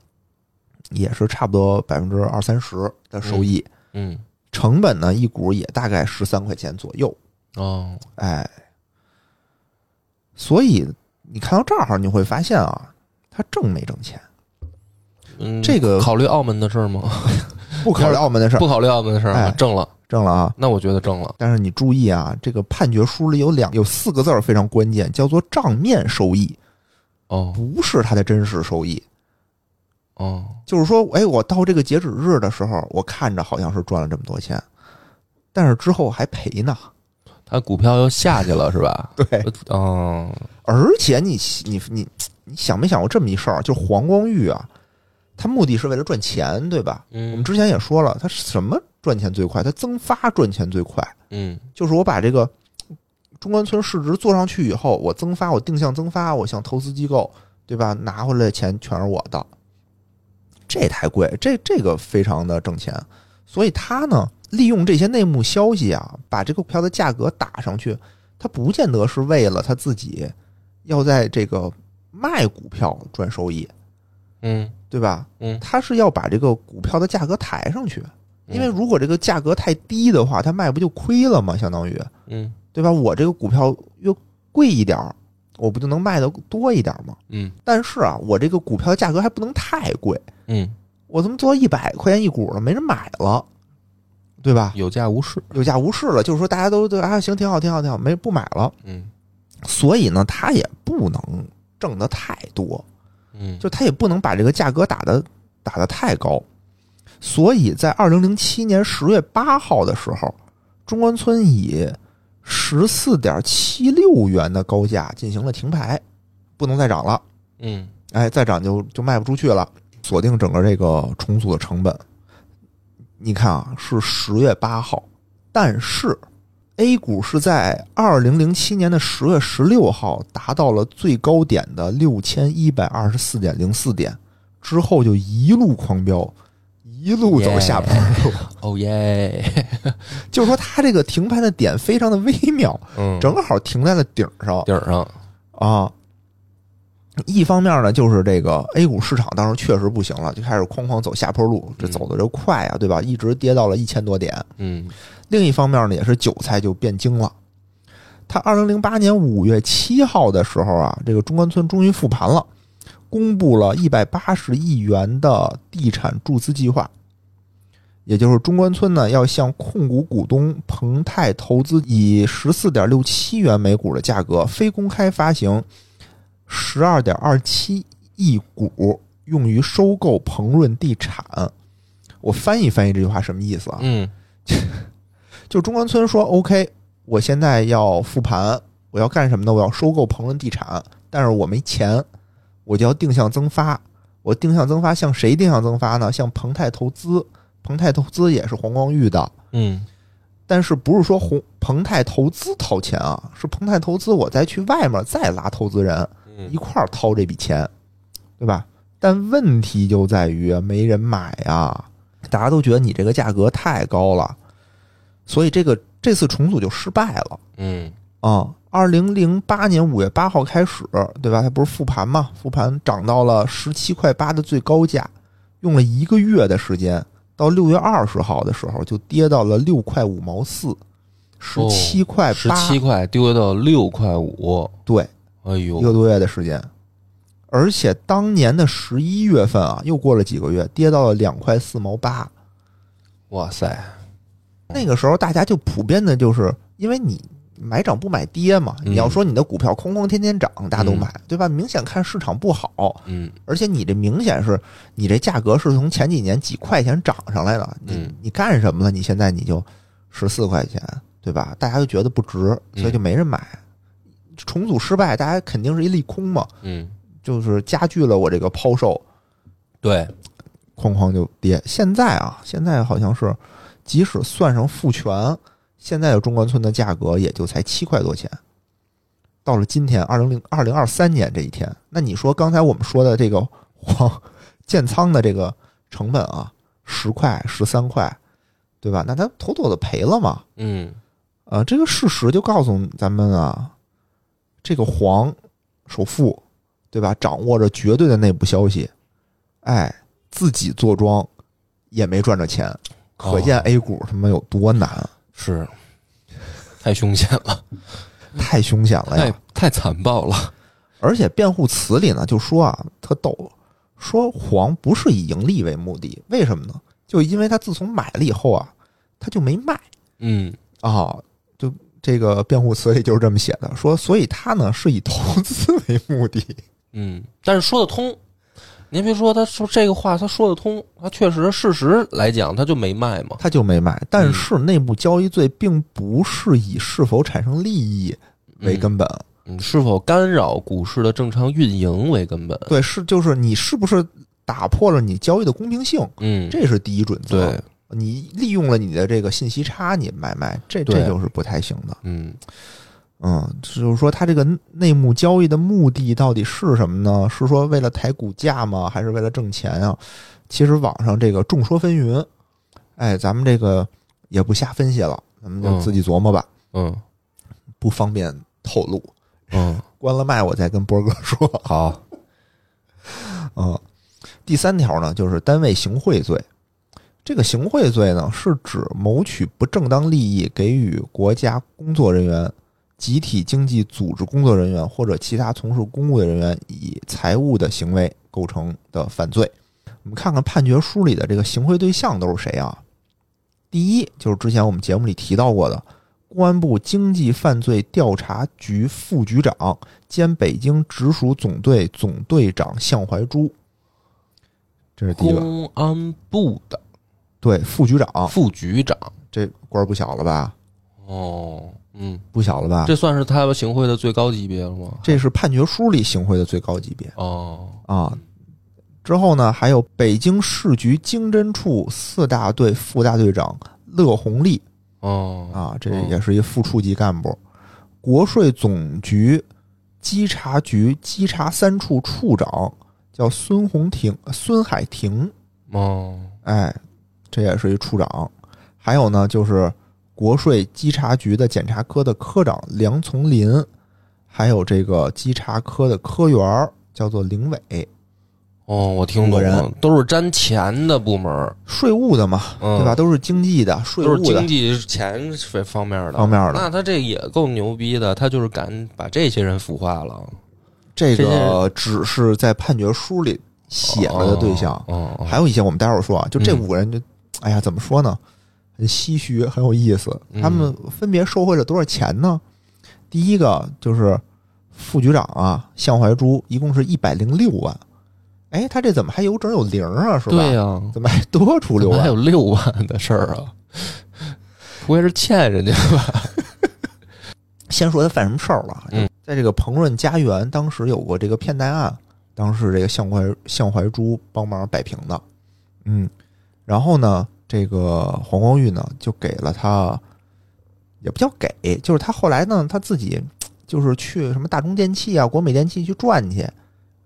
[SPEAKER 2] 也是差不多百分之二三十的收益，
[SPEAKER 3] 嗯，
[SPEAKER 2] 成本呢一股也大概十三块钱左右。
[SPEAKER 3] 哦，
[SPEAKER 2] 哎，所以你看到这儿，你会发现啊，他挣没挣钱，
[SPEAKER 3] 嗯，
[SPEAKER 2] 这个
[SPEAKER 3] 考虑澳门的事 儿吗？
[SPEAKER 2] 不考虑澳门的事儿，
[SPEAKER 3] 不考虑澳门的事儿啊
[SPEAKER 2] 哎，
[SPEAKER 3] 挣了，
[SPEAKER 2] 挣了啊。
[SPEAKER 3] 那我觉得挣了，
[SPEAKER 2] 但是你注意啊，这个判决书里有两有四个字儿非常关键，叫做账面收益。
[SPEAKER 3] 哦
[SPEAKER 2] 不是它的真实收益。
[SPEAKER 3] 哦，
[SPEAKER 2] 就是说，哎，我到这个截止日的时候，我看着好像是赚了这么多钱，但是之后还赔呢。
[SPEAKER 3] 他股票又下去了是吧？
[SPEAKER 2] 对，
[SPEAKER 3] 嗯，
[SPEAKER 2] 而且你你你你想没想过这么一事儿？就黄光裕啊，他目的是为了赚钱，对吧？我们
[SPEAKER 3] 嗯
[SPEAKER 2] 之前也说了，他什么赚钱最快？他增发赚钱最快，
[SPEAKER 3] 嗯
[SPEAKER 2] 就是我把这个中关村市值做上去以后，我增发，我定向增发，我向投资机构，对吧？拿回来的钱全是我的，这太贵，这这个非常的挣钱，所以他呢，利用这些内幕消息啊，把这个股票的价格打上去，他不见得是为了他自己要在这个卖股票赚收益，
[SPEAKER 3] 嗯
[SPEAKER 2] 对吧？
[SPEAKER 3] 嗯，
[SPEAKER 2] 他是要把这个股票的价格抬上去，因为
[SPEAKER 3] 嗯
[SPEAKER 2] 如果这个价格太低的话，他卖不就亏了吗？相当于，
[SPEAKER 3] 嗯
[SPEAKER 2] 对吧？我这个股票越贵一点儿，我不就能卖的多一点吗？
[SPEAKER 3] 嗯
[SPEAKER 2] 但是啊，我这个股票价格还不能太贵，
[SPEAKER 3] 嗯，
[SPEAKER 2] 我怎么做一百块钱一股了，没人买了，对吧？
[SPEAKER 3] 有价无市，
[SPEAKER 2] 有价无市了，就是说大家都对啊，行，挺好，挺好，挺好，没不买了。
[SPEAKER 3] 嗯
[SPEAKER 2] 所以呢，他也不能挣得太多，
[SPEAKER 3] 嗯，
[SPEAKER 2] 就他也不能把这个价格打的打的太高。所以在二零零七年十月八号的时候，中关村以十四点七六元的高价进行了停牌，不能再涨了。
[SPEAKER 3] 嗯
[SPEAKER 2] 哎，再涨就就卖不出去了，锁定整个这个重组的成本。你看啊，是十月八号，但是 A 股是在二零零七年的十月十六号达到了最高点的六千一百二十四点零四点，之后就一路狂飙，一路走下坡 路。
[SPEAKER 3] 哦耶，
[SPEAKER 2] 就是说，它这个停牌的点非常的微妙，
[SPEAKER 3] 嗯，
[SPEAKER 2] 正好停在了顶上。
[SPEAKER 3] 顶上，
[SPEAKER 2] 啊。一方面呢，就是这个 A 股市场当时确实不行了，就开始哐哐走下坡路，这
[SPEAKER 3] 嗯
[SPEAKER 2] 走的就快啊，对吧？一直跌到了一千多点。
[SPEAKER 3] 嗯
[SPEAKER 2] 另一方面呢，也是韭菜就变精了。他二零零八年五月七号的时候啊，这个中关村终于复盘了，公布了一百八十亿元的地产注资计划，也就是中关村呢要向控股股东彭泰投资以十四点六七元每股的价格非公开发行十二点二七亿股，用于收购鹏润地产。我翻译翻译这句话什么意思啊？
[SPEAKER 3] 嗯
[SPEAKER 2] 就中关村说 OK，我现在要复盘，我要干什么呢？我要收购鹏润地产，但是我没钱，我就要定向增发。我定向增发向谁定向增发呢？向鹏泰投资，鹏泰投资也是黄光裕的，
[SPEAKER 3] 嗯
[SPEAKER 2] 但是不是说红鹏泰投资掏钱啊？是鹏泰投资，我再去外面再拉投资人一
[SPEAKER 3] 嗯
[SPEAKER 2] 块儿掏这笔钱，对吧？但问题就在于没人买啊，大家都觉得你这个价格太高了，所以这个这次重组就失败了
[SPEAKER 3] 嗯
[SPEAKER 2] 啊。二零零八年五月八号开始，对吧？它不是复盘嘛？复盘涨到了十七块八的最高价，用了一个月的时间，到六月二十号的时候就跌到了六块五毛四，十七块
[SPEAKER 3] 哦嗯十
[SPEAKER 2] 八、
[SPEAKER 3] 七块丢到六块五，
[SPEAKER 2] 对，
[SPEAKER 3] 哎
[SPEAKER 2] 一个
[SPEAKER 3] 呦，
[SPEAKER 2] 多月的时间，而且当年的十一月份啊，又过了几个月，跌到了两块四毛八。
[SPEAKER 3] 哦哇塞，
[SPEAKER 2] 那个时候大家就普遍的就是因为你买涨不买跌嘛，
[SPEAKER 3] 嗯
[SPEAKER 2] 你要说你的股票哐哐天天涨，大家都买，对吧？明显看市场不好，
[SPEAKER 3] 嗯
[SPEAKER 2] 而且你这明显是你这价格是从前几年几块钱涨上来的，你
[SPEAKER 3] 嗯
[SPEAKER 2] 你干什么了？你现在你就十四块钱，对吧？大家就觉得不值，所
[SPEAKER 3] 嗯
[SPEAKER 2] 以就没人买。重组失败，大家肯定是一利空嘛。
[SPEAKER 3] 嗯，
[SPEAKER 2] 就是加剧了我这个抛售，
[SPEAKER 3] 对，
[SPEAKER 2] 哐哐就跌。现在啊，现在好像是，即使算上复权，现在的中关村的价格也就才七块多钱。到了今天，二零零二零二三年这一天，那你说刚才我们说的这个黄建仓的这个成本啊，十块、十三块，对吧？那他妥妥的赔了嘛。
[SPEAKER 3] 嗯
[SPEAKER 2] 呃，这个事实就告诉咱们啊，这个黄首富，对吧？掌握着绝对的内部消息，哎，自己坐庄也没赚着钱，
[SPEAKER 3] 哦
[SPEAKER 2] 可见 A 股他妈有多难，
[SPEAKER 3] 是，太凶险了，
[SPEAKER 2] 太凶险了
[SPEAKER 3] 太
[SPEAKER 2] 呀！
[SPEAKER 3] 太残暴了，
[SPEAKER 2] 而且辩护词里呢就说啊，特逗，说黄不是以盈利为目的，为什么呢？就因为他自从买了以后啊，他就没卖。
[SPEAKER 3] 嗯
[SPEAKER 2] 啊，就这个辩护词里就是这么写的，说所以他呢是以投资为目的，
[SPEAKER 3] 嗯，但是说得通。您别说，他说这个话，他说得通，他确实事实来讲，他就没卖嘛。
[SPEAKER 2] 他就没买。
[SPEAKER 3] 嗯
[SPEAKER 2] 但是内部交易罪并不是以是否产生利益为根本，
[SPEAKER 3] 嗯，是否干扰股市的正常运营为根本。
[SPEAKER 2] 对，是就是你是不是打破了你交易的公平性，
[SPEAKER 3] 嗯，
[SPEAKER 2] 这是第一准则。
[SPEAKER 3] 对，
[SPEAKER 2] 你利用了你的这个信息差，你买卖，这这
[SPEAKER 3] 对
[SPEAKER 2] 就是不太行的。
[SPEAKER 3] 嗯
[SPEAKER 2] 嗯，就是说他这个内幕交易的目的到底是什么呢？是说为了抬股价吗？还是为了挣钱啊？其实网上这个众说纷纭，哎，咱们这个也不瞎分析了，咱们就
[SPEAKER 3] 嗯
[SPEAKER 2] 自己琢磨吧，
[SPEAKER 3] 嗯
[SPEAKER 2] 不方便透露。
[SPEAKER 3] 嗯，
[SPEAKER 2] 关了麦，我再跟波哥 说。
[SPEAKER 3] 好，
[SPEAKER 2] 嗯，第三条呢，就是单位行贿罪。这个行贿罪呢，是指谋取不正当利益，给予国家工作人员、集体经济组织工作人员或者其他从事公务的人员以财务的行为构成的犯罪。我们看看判决书里的这个行贿对象都是谁啊？第一就是之前我们节目里提到过的公安部经济犯罪调查局副局长兼北京直属总队总队长向怀珠，这是第一个。
[SPEAKER 3] 公安部的
[SPEAKER 2] 对，副局长，
[SPEAKER 3] 副局长。
[SPEAKER 2] 这官儿不小了吧？
[SPEAKER 3] 哦，嗯，
[SPEAKER 2] 不小了吧？
[SPEAKER 3] 这算是他行贿的最高级别了吗？
[SPEAKER 2] 这是判决书里行贿的最高级别
[SPEAKER 3] 哦，
[SPEAKER 2] 啊。之后呢，还有北京市局经侦处四大队副大队长乐红利
[SPEAKER 3] 哦，
[SPEAKER 2] 啊，这也是一副处级干部；国税总局稽查局稽查三处处长叫孙红婷、孙海婷，
[SPEAKER 3] 哦，
[SPEAKER 2] 哎，这也是一处长。还有呢，就是国税稽查局的检察科的科长梁从林，还有这个稽查科的科员儿叫做林伟，
[SPEAKER 3] 哦，我听
[SPEAKER 2] 五
[SPEAKER 3] 懂
[SPEAKER 2] 个人
[SPEAKER 3] 了，都是沾钱的部门儿，
[SPEAKER 2] 税务的嘛，
[SPEAKER 3] 嗯
[SPEAKER 2] 对吧？都是经济的、税
[SPEAKER 3] 都是
[SPEAKER 2] 务
[SPEAKER 3] 经
[SPEAKER 2] 的
[SPEAKER 3] 济钱这方面的。
[SPEAKER 2] 方面的。
[SPEAKER 3] 那他这也够牛逼的，他就是敢把这些人腐化了，
[SPEAKER 2] 这
[SPEAKER 3] 这
[SPEAKER 2] 个只是在判决书里写了的对象，
[SPEAKER 3] 哦，哦，哦
[SPEAKER 2] 还有一些我们待会儿说啊。就这
[SPEAKER 3] 嗯
[SPEAKER 2] 五个人就，哎呀，怎么说呢？很唏嘘，很有意思。
[SPEAKER 3] 嗯
[SPEAKER 2] 他们分别受贿了多少钱呢？第一个就是副局长啊，向怀珠，一共是一百零六万。哎，他这怎么还有整有零啊？是吧？
[SPEAKER 3] 对呀、
[SPEAKER 2] 怎么还多出六
[SPEAKER 3] 怎么
[SPEAKER 2] 万？
[SPEAKER 3] 还有六万的事儿啊？不会是欠人家吧？
[SPEAKER 2] 先说他犯什么事儿了。
[SPEAKER 3] 嗯
[SPEAKER 2] 在这个鹏润家园，当时有过这个骗贷案，当时这个向怀向怀珠帮忙摆平的。嗯，然后呢，这个黄光裕呢就给了他，也不叫给，就是他后来呢他自己就是去什么大中电器啊、国美电器去转去，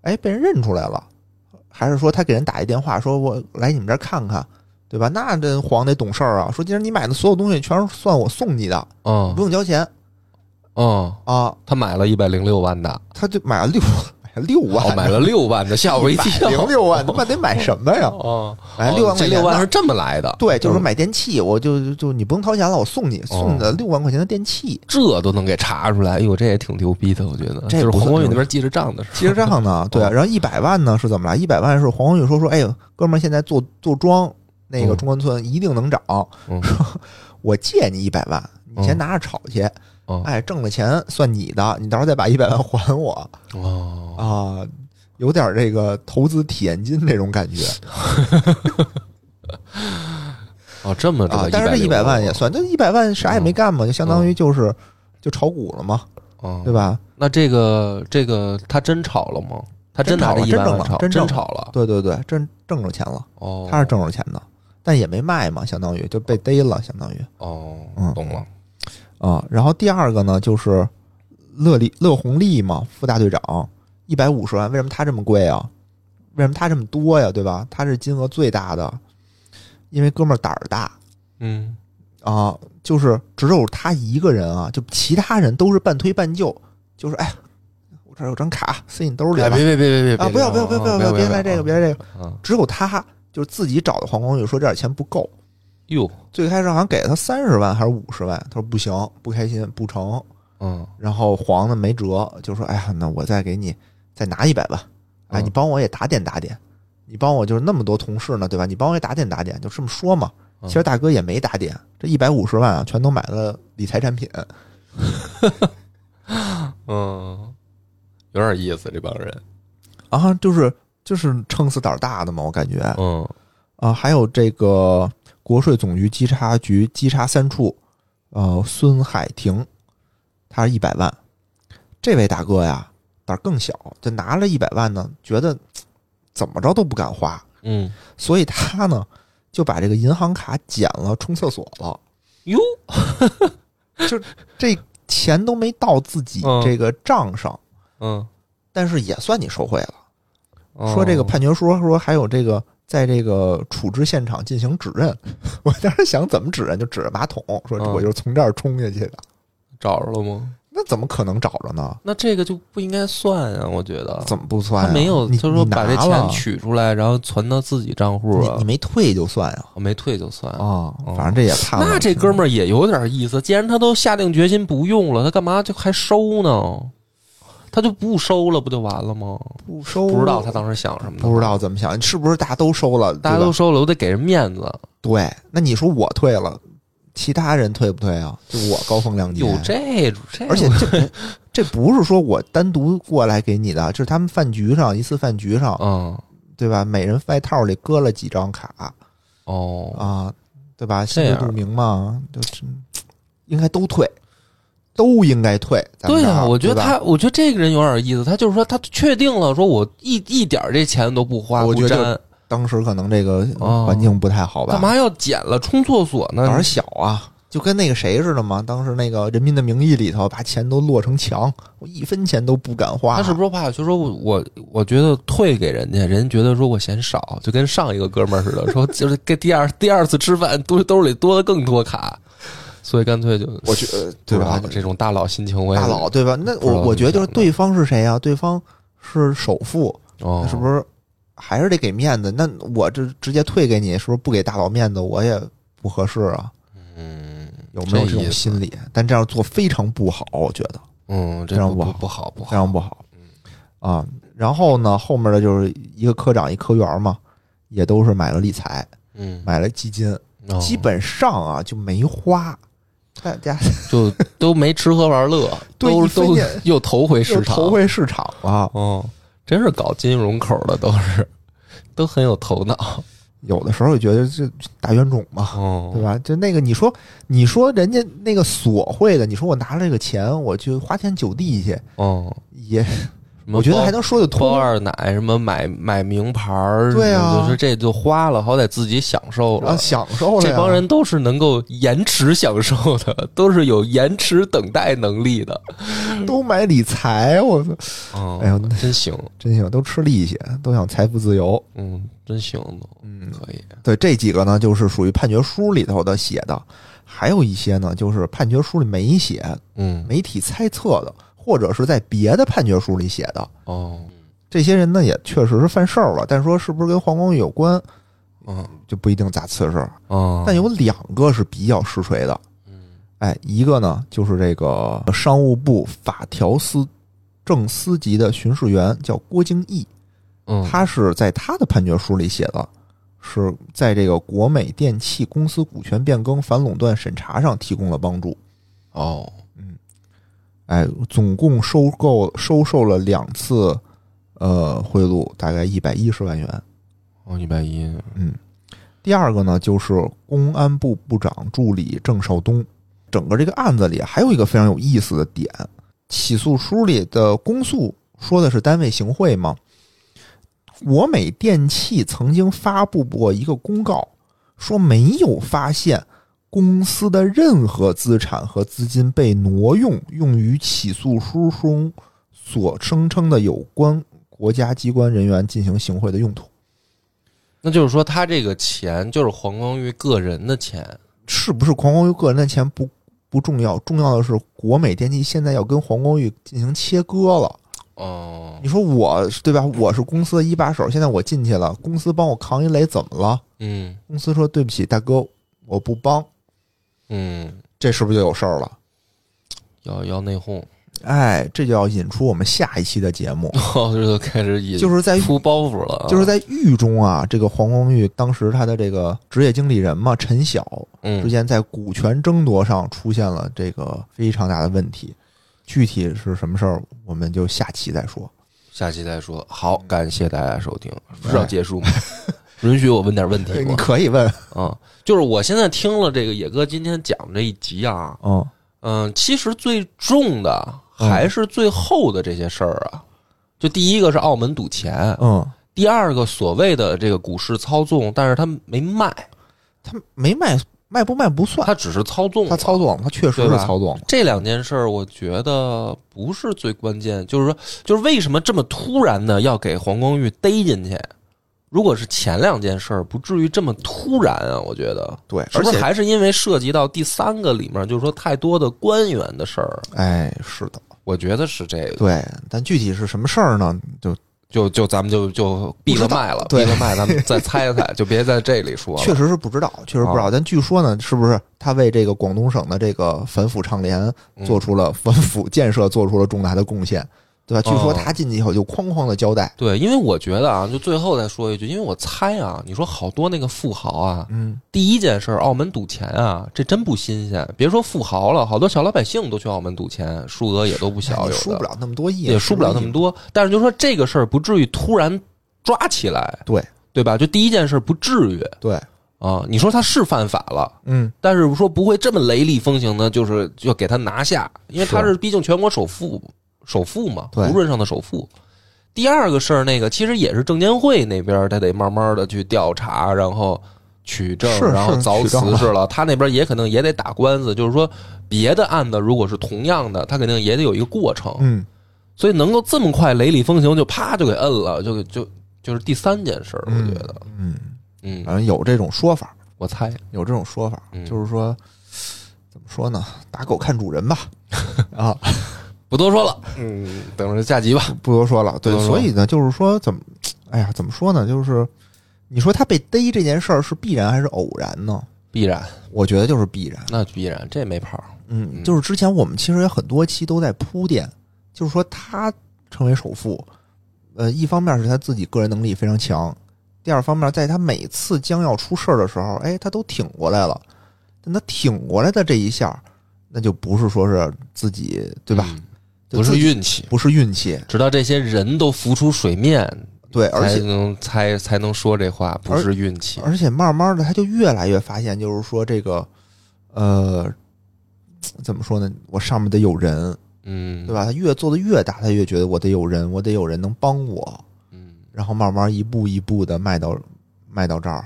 [SPEAKER 2] 哎，被人认出来了，还是说他给人打一电话，说我来你们这儿看看，对吧？那这黄得懂事儿啊，说今儿你买的所有东西全是算我送你的，
[SPEAKER 3] 嗯
[SPEAKER 2] 不用交钱
[SPEAKER 3] 嗯，
[SPEAKER 2] 啊。
[SPEAKER 3] 他买了一百零六万的，哦
[SPEAKER 2] 他就买了六 买了六万，
[SPEAKER 3] 哦，买了六万的，吓我一跳，
[SPEAKER 2] 零六万，他妈得买什么呀？
[SPEAKER 3] 哦，
[SPEAKER 2] 买
[SPEAKER 3] 哦
[SPEAKER 2] 六万嗯
[SPEAKER 3] 这
[SPEAKER 2] 块
[SPEAKER 3] 六
[SPEAKER 2] 钱
[SPEAKER 3] 万
[SPEAKER 2] 呢
[SPEAKER 3] 是。这么来的，
[SPEAKER 2] 对，就是说买电器，我就就就你不用掏钱了，我送你送你的六万块钱的电器。
[SPEAKER 3] 这都能给查出来，哎呦，这也挺牛逼的，我觉得，
[SPEAKER 2] 这
[SPEAKER 3] 就是
[SPEAKER 2] 不
[SPEAKER 3] 黄
[SPEAKER 2] 算
[SPEAKER 3] 光裕
[SPEAKER 2] 什么
[SPEAKER 3] 那边记着账的时候，
[SPEAKER 2] 其实这样呢，对，啊然后一百万呢是怎么来？一百万是黄光裕说说，哎呦，哥们儿，现在做做庄，那个
[SPEAKER 3] 嗯
[SPEAKER 2] 中关村一定能涨，
[SPEAKER 3] 嗯
[SPEAKER 2] 说 我借你一百万，你先拿着炒去，
[SPEAKER 3] 嗯
[SPEAKER 2] 哎，挣了钱算你的，你到时候再把一百万还我
[SPEAKER 3] 哦，
[SPEAKER 2] 啊，有点这个投资体验金这种感觉。
[SPEAKER 3] 哦，这么着、
[SPEAKER 2] 啊，但是这一百万嗯也，算，这一百万啥也没干嘛，就相当于就是就炒股了嘛，
[SPEAKER 3] 哦、
[SPEAKER 2] 对吧？
[SPEAKER 3] 那这个这个他真炒了吗？他真拿这
[SPEAKER 2] 真
[SPEAKER 3] 一
[SPEAKER 2] 炒
[SPEAKER 3] 百
[SPEAKER 2] 了
[SPEAKER 3] 万炒，
[SPEAKER 2] 真挣了真挣了
[SPEAKER 3] 真炒了。
[SPEAKER 2] 对对对，挣挣着钱了，
[SPEAKER 3] 哦，
[SPEAKER 2] 他是挣着钱的，但也没卖嘛，相当于就被逮了，相当于
[SPEAKER 3] 哦
[SPEAKER 2] 嗯，
[SPEAKER 3] 懂了。
[SPEAKER 2] 啊。然后第二个呢，就是乐利乐红利嘛，副大队长一百五十万，为什么他这么贵啊？为什么他这么多呀？对吧？他是金额最大的，因为哥们儿胆儿大
[SPEAKER 3] 嗯，
[SPEAKER 2] 啊，就是只有他一个人啊，就其他人都是半推半就，就是哎，我这儿有张卡，塞你兜里
[SPEAKER 3] 哎，
[SPEAKER 2] 了
[SPEAKER 3] 别。别别别别
[SPEAKER 2] 啊，不要不要不要不要不要，别来这个，别来这个，
[SPEAKER 3] 啊！
[SPEAKER 2] 只有他就是自己找的黄光裕说这点钱不够，
[SPEAKER 3] 哟，
[SPEAKER 2] 最开始好像给了他三十万还是五十万，他说不行，不开心，不成。
[SPEAKER 3] 嗯
[SPEAKER 2] 然后黄的没辙，就说哎呀，那我再给你再拿一百万，哎，
[SPEAKER 3] 嗯
[SPEAKER 2] 你帮我也打点打点，你帮我就是那么多同事呢，对吧？你帮我也打点打点，就这么说嘛。
[SPEAKER 3] 嗯
[SPEAKER 2] 其实大哥也没打点，这一百五十万啊，全都买了理财产品。
[SPEAKER 3] 嗯，有点意思，这帮人。
[SPEAKER 2] 啊，就是就是撑死胆儿大的嘛，我感觉。
[SPEAKER 3] 嗯
[SPEAKER 2] 啊，还有这个国税总局稽查局稽查三处，呃，孙海婷，他是一百万，这位大哥呀胆儿更小，就拿了一百万呢，觉得嘖怎么着都不敢花，
[SPEAKER 3] 嗯，
[SPEAKER 2] 所以他呢就把这个银行卡剪了冲厕所了，
[SPEAKER 3] 哟，
[SPEAKER 2] 就这钱都没到自己
[SPEAKER 3] 嗯
[SPEAKER 2] 这个账上，
[SPEAKER 3] 嗯，
[SPEAKER 2] 但是也算你受贿了。
[SPEAKER 3] 哦
[SPEAKER 2] 说这个判决书说还有这个在这个处置现场进行指认， 我当时想怎么指认就指着马桶，说
[SPEAKER 3] 嗯
[SPEAKER 2] 我就是从这儿冲下去的，
[SPEAKER 3] 找着了吗？
[SPEAKER 2] 那那怎么可能找着呢？
[SPEAKER 3] 那这个就不应该算啊，我觉得。
[SPEAKER 2] 怎么不算、啊
[SPEAKER 3] 他
[SPEAKER 2] 呀？
[SPEAKER 3] 没有，
[SPEAKER 2] 你
[SPEAKER 3] 他说
[SPEAKER 2] 你
[SPEAKER 3] 把这
[SPEAKER 2] 拿
[SPEAKER 3] 钱
[SPEAKER 2] 了
[SPEAKER 3] 取出来，然后存到自己账户
[SPEAKER 2] 你
[SPEAKER 3] 啊
[SPEAKER 2] 你，没退就算呀
[SPEAKER 3] 我没退就算。
[SPEAKER 2] 啊
[SPEAKER 3] 哦，
[SPEAKER 2] 反正这也怕了。
[SPEAKER 3] 那这哥们儿也有点意思，既然他都下定决心不用了，他干嘛就还收呢？他就不收了，不就完了吗？
[SPEAKER 2] 不收，
[SPEAKER 3] 不知道他当时想什么呢，
[SPEAKER 2] 不知道怎么想，是不是大家都收了？
[SPEAKER 3] 大家
[SPEAKER 2] 对吧
[SPEAKER 3] 都收了，我得给人面子，
[SPEAKER 2] 对。那你说我退了，其他人退不退啊？就我高风亮节，
[SPEAKER 3] 有这种这种，
[SPEAKER 2] 而且这不这不是说我单独过来给你的，就是他们饭局上一次饭局上，
[SPEAKER 3] 嗯
[SPEAKER 2] 对吧？每人外套里搁了几张卡
[SPEAKER 3] 哦，
[SPEAKER 2] 啊，对吧？
[SPEAKER 3] 这
[SPEAKER 2] 心知
[SPEAKER 3] 样
[SPEAKER 2] 肚明嘛，就是应该都退，都应该退。咱们
[SPEAKER 3] 对
[SPEAKER 2] 这
[SPEAKER 3] 呀、
[SPEAKER 2] 儿
[SPEAKER 3] 我觉得
[SPEAKER 2] 对吧
[SPEAKER 3] 他，我觉得这个人有点意思，他就是说他确定了，说我一一点这钱都不花，
[SPEAKER 2] 我
[SPEAKER 3] 不
[SPEAKER 2] 觉得
[SPEAKER 3] 沾，
[SPEAKER 2] 当时可能这个嗯
[SPEAKER 3] 哦
[SPEAKER 2] 环境不太好吧？
[SPEAKER 3] 干嘛要嗯捡了冲厕所呢？
[SPEAKER 2] 胆儿小啊，就跟那个谁似的嘛。当时那个《人民的名义》里头，把钱都摞成墙，我一分钱都不敢花。
[SPEAKER 3] 他是不是怕？就说我我我觉得退给人家，人家觉得说我嫌少，就跟上一个哥们儿似的，说就是跟第二 第二次吃饭兜兜里多了更 多卡，所以干脆就
[SPEAKER 2] 我觉得对吧
[SPEAKER 3] 不知道？这种大佬心情我也
[SPEAKER 2] 大佬对吧？那
[SPEAKER 3] 不知道
[SPEAKER 2] 我我觉得就是
[SPEAKER 3] 怎么想的
[SPEAKER 2] 对方是谁啊？对方是首富，
[SPEAKER 3] 哦，
[SPEAKER 2] 是不是还是得给面子？那我这直接退给你，是不是不给大佬面子，我也不合适啊？
[SPEAKER 3] 嗯
[SPEAKER 2] 有没有
[SPEAKER 3] 这
[SPEAKER 2] 这种
[SPEAKER 3] 意思
[SPEAKER 2] 心理？但这样做非常不好，我觉得
[SPEAKER 3] 嗯，这
[SPEAKER 2] 非常
[SPEAKER 3] 不
[SPEAKER 2] 不
[SPEAKER 3] 不
[SPEAKER 2] 好
[SPEAKER 3] 不好不
[SPEAKER 2] 非
[SPEAKER 3] 好，嗯
[SPEAKER 2] 常不好。啊，然后呢，后面的就是一个科长一科员嘛，也都是买了理财，
[SPEAKER 3] 嗯，
[SPEAKER 2] 买了基金，
[SPEAKER 3] 哦
[SPEAKER 2] 基本上啊就没花，大家
[SPEAKER 3] 就都没吃喝玩乐，
[SPEAKER 2] 对
[SPEAKER 3] 都
[SPEAKER 2] 一分
[SPEAKER 3] 都
[SPEAKER 2] 钱
[SPEAKER 3] 又投回市
[SPEAKER 2] 又
[SPEAKER 3] 场，
[SPEAKER 2] 投回市场了。
[SPEAKER 3] 哦，真是搞金融口的都是都很有头脑
[SPEAKER 2] 有的时候觉得这大冤种嘛，
[SPEAKER 3] 哦
[SPEAKER 2] 对吧？就那个你说，你说人家那个索贿的，你说我拿了这个钱，我去花天酒地去，
[SPEAKER 3] 哦，
[SPEAKER 2] 也
[SPEAKER 3] 什么
[SPEAKER 2] 我觉得
[SPEAKER 3] 包
[SPEAKER 2] 还能说得
[SPEAKER 3] 托
[SPEAKER 2] 通。啊
[SPEAKER 3] 二奶什么买买名牌儿，
[SPEAKER 2] 对啊
[SPEAKER 3] 什么就是这就花了，好歹自己享受
[SPEAKER 2] 然后
[SPEAKER 3] 了。
[SPEAKER 2] 享受了呀，
[SPEAKER 3] 啊这帮人都是能够延迟享受的，都是有延迟等待能力的。
[SPEAKER 2] 都买理财，我操！
[SPEAKER 3] 嗯，
[SPEAKER 2] 哎呦
[SPEAKER 3] 真行，
[SPEAKER 2] 真行，都吃利息，都想财富自由。
[SPEAKER 3] 嗯，真行都，
[SPEAKER 2] 嗯，
[SPEAKER 3] 可以。
[SPEAKER 2] 对，这几个呢，就是属于判决书里头的写的，还有一些呢，就是判决书里没写，
[SPEAKER 3] 嗯，
[SPEAKER 2] 媒体猜测的，或者是在别的判决书里写的。
[SPEAKER 3] 哦，
[SPEAKER 2] 这些人呢，也确实是犯事儿了，但说是不是跟黄光裕有关，
[SPEAKER 3] 嗯，
[SPEAKER 2] 就不一定咋次事。
[SPEAKER 3] 哦，
[SPEAKER 2] 嗯但有两个是比较实锤的，
[SPEAKER 3] 嗯，
[SPEAKER 2] 哎，一个呢就是这个商务部法条司正司级的巡视员叫郭京义，
[SPEAKER 3] 嗯，
[SPEAKER 2] 他是在他的判决书里写的，是在这个国美电器公司股权变更反垄断审查上提供了帮助。
[SPEAKER 3] 哦，
[SPEAKER 2] 哎，总共收购收受了两次，呃，贿赂大概一百一十万元。
[SPEAKER 3] 哦，一百一，
[SPEAKER 2] 第二个呢，就是公安部部长助理郑少东。整个这个案子里还有一个非常有意思的点，起诉书里的公诉说的是单位行贿嘛，国美电器曾经发布过一个公告，说没有发现公司的任何资产和资金被挪用，用于起诉书中所声称的有关国家机关人员进行行贿的用途。
[SPEAKER 3] 那就是说他这个钱就是黄光裕个人的钱，
[SPEAKER 2] 是不是黄光裕个人的钱不不重要，重要的是国美电器现在要跟黄光裕进行切割了。
[SPEAKER 3] 哦
[SPEAKER 2] 你，说我对吧？我是公司的一把手，现在我进去了，公司帮我扛一雷，怎么了？
[SPEAKER 3] 嗯
[SPEAKER 2] 公司说对不起，大哥，我不帮，
[SPEAKER 3] 嗯，
[SPEAKER 2] 这是不是就有事儿了？
[SPEAKER 3] 要要内讧，
[SPEAKER 2] 哎，这就要引出我们下一期的节目，
[SPEAKER 3] 哦，这就开始引
[SPEAKER 2] 就是在
[SPEAKER 3] 出包袱了啊，
[SPEAKER 2] 哎就是在狱中啊，这个黄光裕当时他的这个职业经理人嘛，陈晓之
[SPEAKER 3] 嗯
[SPEAKER 2] 前在股权争夺上出现了这个非常大的问题，具体是什么事儿，我们就下期再说。
[SPEAKER 3] 下期再说。好，感谢大家收听，是要结束 吗？允许我问点问题
[SPEAKER 2] 哎你
[SPEAKER 3] 吗？
[SPEAKER 2] 可以问，
[SPEAKER 3] 啊，就是我现在听了这个野哥今天讲这一集啊，
[SPEAKER 2] 嗯，
[SPEAKER 3] 嗯，其实最重的还是最后的这些事儿啊。就第一个是澳门赌钱，
[SPEAKER 2] 嗯，
[SPEAKER 3] 第二个所谓的这个股市操纵，但是他没卖，
[SPEAKER 2] 他没卖，卖不卖不算，
[SPEAKER 3] 他只是操纵了。
[SPEAKER 2] 他操作了，他确实
[SPEAKER 3] 对
[SPEAKER 2] 是
[SPEAKER 3] 吧
[SPEAKER 2] 操作了。
[SPEAKER 3] 这两件事儿，我觉得不是最关键，就是说，就是为什么这么突然的要给黄光裕逮进去？如果是前两件事儿，不至于这么突然啊。我觉得，
[SPEAKER 2] 对，
[SPEAKER 3] 是
[SPEAKER 2] 而
[SPEAKER 3] 不是
[SPEAKER 2] 且
[SPEAKER 3] 还是因为涉及到第三个里面，就是说太多的官员的事儿？
[SPEAKER 2] 哎，是的，
[SPEAKER 3] 我觉得是这个，
[SPEAKER 2] 对，但具体是什么事儿呢？就
[SPEAKER 3] 就就咱们就就闭了麦了，闭
[SPEAKER 2] 对
[SPEAKER 3] 了麦，咱们再猜猜， 就别在这里说了。
[SPEAKER 2] 确实是不知道，确实不知
[SPEAKER 3] 啊
[SPEAKER 2] 道。但据说呢，是不是他为这个广东省的这个反腐倡廉
[SPEAKER 3] 嗯
[SPEAKER 2] 做出了反腐建设做出了重大的贡献，对吧？据说
[SPEAKER 3] 哦
[SPEAKER 2] 他进去以后就哐哐的交代，
[SPEAKER 3] 对，因为我觉得啊，就最后再说一句，因为我猜啊，你说好多那个富豪啊，
[SPEAKER 2] 嗯，
[SPEAKER 3] 第一件事儿，澳门赌钱啊，这真不新鲜。别说富豪了，好多小老百姓都去澳门赌钱，数额也都不小，有
[SPEAKER 2] 也
[SPEAKER 3] 的
[SPEAKER 2] 哎输不了那么多亿，
[SPEAKER 3] 也输不了那么
[SPEAKER 2] 多。
[SPEAKER 3] 多。但是就说这个事儿不至于突然抓起来，
[SPEAKER 2] 对
[SPEAKER 3] 对吧？就第一件事儿不至于
[SPEAKER 2] 对，
[SPEAKER 3] 啊。你说他是犯法了，
[SPEAKER 2] 嗯，
[SPEAKER 3] 但是说不会这么雷厉风行的，就是要给他拿下，因为他
[SPEAKER 2] 是
[SPEAKER 3] 是毕竟全国首富，首富嘛，
[SPEAKER 2] 对
[SPEAKER 3] 胡润上的首富。第二个事儿，那个其实也是证监会那边儿，他得慢慢的去调查，然后取证，
[SPEAKER 2] 是
[SPEAKER 3] 然后
[SPEAKER 2] 是
[SPEAKER 3] 凿
[SPEAKER 2] 取证
[SPEAKER 3] 瓷实了。他那边也肯定也得打官司，就是说别的案子如果是同样的，他肯定也得有一个过程。
[SPEAKER 2] 嗯，
[SPEAKER 3] 所以能够这么快雷厉风行，就啪就给摁了，就给就就是第三件事儿，我
[SPEAKER 2] 嗯
[SPEAKER 3] 觉得，
[SPEAKER 2] 嗯，
[SPEAKER 3] 嗯，
[SPEAKER 2] 反正有这种说法，
[SPEAKER 3] 我猜，
[SPEAKER 2] 有这种说法，
[SPEAKER 3] 嗯
[SPEAKER 2] 就是说怎么说呢？打狗看主人 吧，啊，
[SPEAKER 3] 不多说了，嗯，等着下集吧。
[SPEAKER 2] 不多说了。对
[SPEAKER 3] 不多，说
[SPEAKER 2] 所以呢，就是说怎么，哎呀，怎么说呢？就是你说他被逮这件事儿是必然还是偶然呢？
[SPEAKER 3] 必然，
[SPEAKER 2] 我觉得就是必然。
[SPEAKER 3] 那必然，这没跑。
[SPEAKER 2] 嗯，
[SPEAKER 3] 嗯
[SPEAKER 2] 就是之前我们其实有很多期都在铺垫，就是说他成为首富，呃，一方面是他自己个人能力非常强，第二方面在他每次将要出事儿的时候，哎，他都挺过来了。但他挺过来的这一下，那就不是说是自己对吧？
[SPEAKER 3] 嗯
[SPEAKER 2] 就
[SPEAKER 3] 不
[SPEAKER 2] 自
[SPEAKER 3] 是
[SPEAKER 2] 己
[SPEAKER 3] 运气，
[SPEAKER 2] 不是运气，
[SPEAKER 3] 直到这些人都浮出水面，
[SPEAKER 2] 对，而
[SPEAKER 3] 才
[SPEAKER 2] 且
[SPEAKER 3] 能才才能说这话，不
[SPEAKER 2] 而
[SPEAKER 3] 是运气。
[SPEAKER 2] 而且慢慢的他就越来越发现，就是说这个，呃，怎么说呢？我上面得有人，
[SPEAKER 3] 嗯，
[SPEAKER 2] 对吧？他越做的越大，他越觉得我得有人，我得有人能帮我。
[SPEAKER 3] 嗯，
[SPEAKER 2] 然后慢慢一步一步的迈到迈到这儿。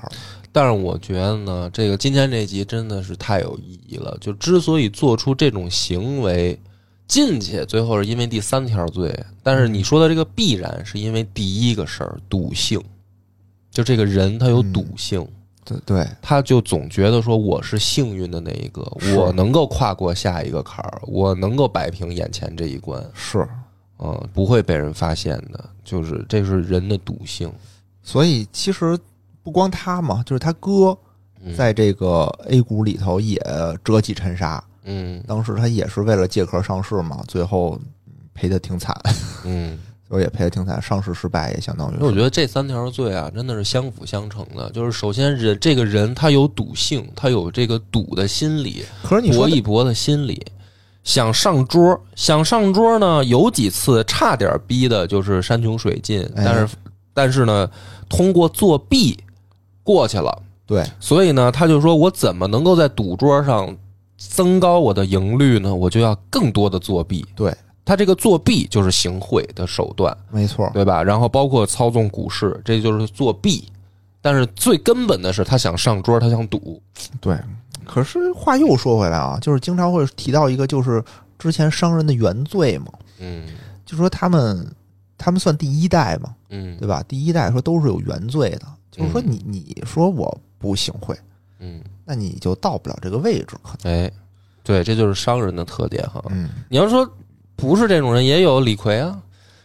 [SPEAKER 3] 但是我觉得呢，这个今天这集真的是太有意义了。就之所以做出这种行为，进去最后是因为第三条罪，但是
[SPEAKER 2] 嗯
[SPEAKER 3] 你说的这个必然是因为第一个事儿赌性，就这个人他有
[SPEAKER 2] 嗯
[SPEAKER 3] 赌性。
[SPEAKER 2] 对对，
[SPEAKER 3] 他就总觉得说我是幸运的那一个，
[SPEAKER 2] 是
[SPEAKER 3] 我能够跨过下一个坎儿，我能够摆平眼前这一关，
[SPEAKER 2] 是。
[SPEAKER 3] 嗯，不会被人发现的，就是这是人的赌性。
[SPEAKER 2] 所以其实不光他嘛，就是他哥
[SPEAKER 3] 嗯、
[SPEAKER 2] 在这个 A 股里头也折戟沉沙。
[SPEAKER 3] 嗯
[SPEAKER 2] 当时他也是为了借壳上市嘛，最后嗯赔的挺惨，
[SPEAKER 3] 嗯，
[SPEAKER 2] 最后也赔的挺惨，上市失败也相当于
[SPEAKER 3] 因为我
[SPEAKER 2] 是。
[SPEAKER 3] 觉得这三条罪啊，真的是相辅相成的。就是首先人这个人他有赌性，他有这个赌的心理，
[SPEAKER 2] 可是你说
[SPEAKER 3] 搏
[SPEAKER 2] 的
[SPEAKER 3] 一搏的心理。想上桌，想上桌呢，有几次差点逼的就是山穷水尽，
[SPEAKER 2] 哎
[SPEAKER 3] 但是、但是呢，通过作弊过去了，
[SPEAKER 2] 对，
[SPEAKER 3] 所以呢，他就说我怎么能够在赌桌上增高我的赢率呢？我就要更多的作弊。
[SPEAKER 2] 对，
[SPEAKER 3] 他这个作弊就是行贿的手段，
[SPEAKER 2] 没错，
[SPEAKER 3] 对吧？然后包括操纵股市，这就是作弊。但是最根本的是，他想上桌，他想赌，
[SPEAKER 2] 对。可是话又说回来啊，就是经常会提到一个，就是之前商人的原罪嘛，
[SPEAKER 3] 嗯
[SPEAKER 2] 就说他们他们算第一代嘛，
[SPEAKER 3] 嗯
[SPEAKER 2] 对吧？第一代说都是有原罪的，就是说
[SPEAKER 3] 嗯
[SPEAKER 2] 你你说我不行贿，
[SPEAKER 3] 嗯，
[SPEAKER 2] 那你就到不了这个位置，可能。
[SPEAKER 3] 哎，对，这就是商人的特点哈。
[SPEAKER 2] 嗯，
[SPEAKER 3] 你要说不是这种人，也有李逵啊。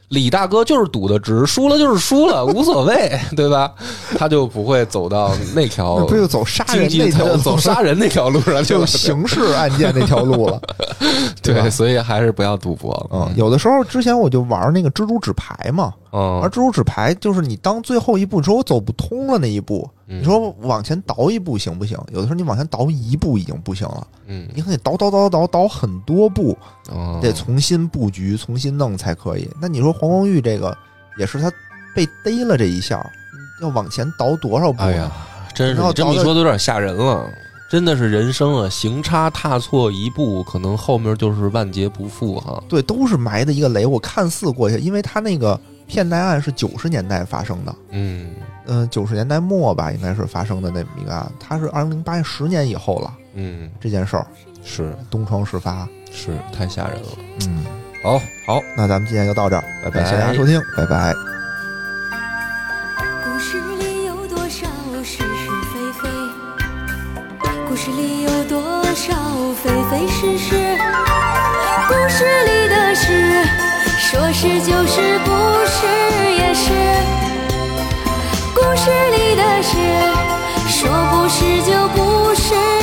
[SPEAKER 3] 李大哥就是赌的值，输了就是输 了，无所谓，对吧？他就不会走到那条
[SPEAKER 2] 那 不就走杀
[SPEAKER 3] 哦经
[SPEAKER 2] 人
[SPEAKER 3] 济
[SPEAKER 2] 那条
[SPEAKER 3] 他
[SPEAKER 2] 路
[SPEAKER 3] 就走杀人那条路上去
[SPEAKER 2] 就
[SPEAKER 3] 了。
[SPEAKER 2] 刑事案件那条路了，对吧
[SPEAKER 3] 对，所以还是不要赌博了。
[SPEAKER 2] 嗯，有的时候之前我就玩那个蜘蛛纸牌嘛，玩
[SPEAKER 3] 嗯，
[SPEAKER 2] 蜘蛛纸牌就是你当最后一步你说我走不通了那一步，
[SPEAKER 3] 你
[SPEAKER 2] 你说往前倒一步行不行？有的时候你往前倒一步已经不行了，
[SPEAKER 3] 嗯，
[SPEAKER 2] 你可得倒倒倒倒倒很多步，
[SPEAKER 3] 哦
[SPEAKER 2] 得重新布局、重新弄才可以。那你说黄光裕这个也是他被逮了这一下，要往前倒多少步啊呢？
[SPEAKER 3] 哎呀，真是
[SPEAKER 2] 然后
[SPEAKER 3] 你这么一
[SPEAKER 2] 到那
[SPEAKER 3] 说，都有点吓人了。真的是人生啊，行差踏错一步，可能后面就是万劫不复哈。
[SPEAKER 2] 对，都是埋的一个雷。我看似过去，因为他那个骗贷案是九十年代发生的，
[SPEAKER 3] 嗯
[SPEAKER 2] 嗯、九十年代末吧，应该是发生的那么一个案。他是二零零八年十年以后了，
[SPEAKER 3] 嗯，
[SPEAKER 2] 这件事儿
[SPEAKER 3] 是
[SPEAKER 2] 东窗事发。
[SPEAKER 3] 是，太吓人了。
[SPEAKER 2] 嗯，
[SPEAKER 3] 好好，
[SPEAKER 2] 那咱们今天就到这儿，
[SPEAKER 3] 拜拜
[SPEAKER 2] 感谢大家收听，拜拜。
[SPEAKER 1] 故事里故事里有多少非非是是？故事里的事，说是就是，不是也是。故事里的事，说不是就不是。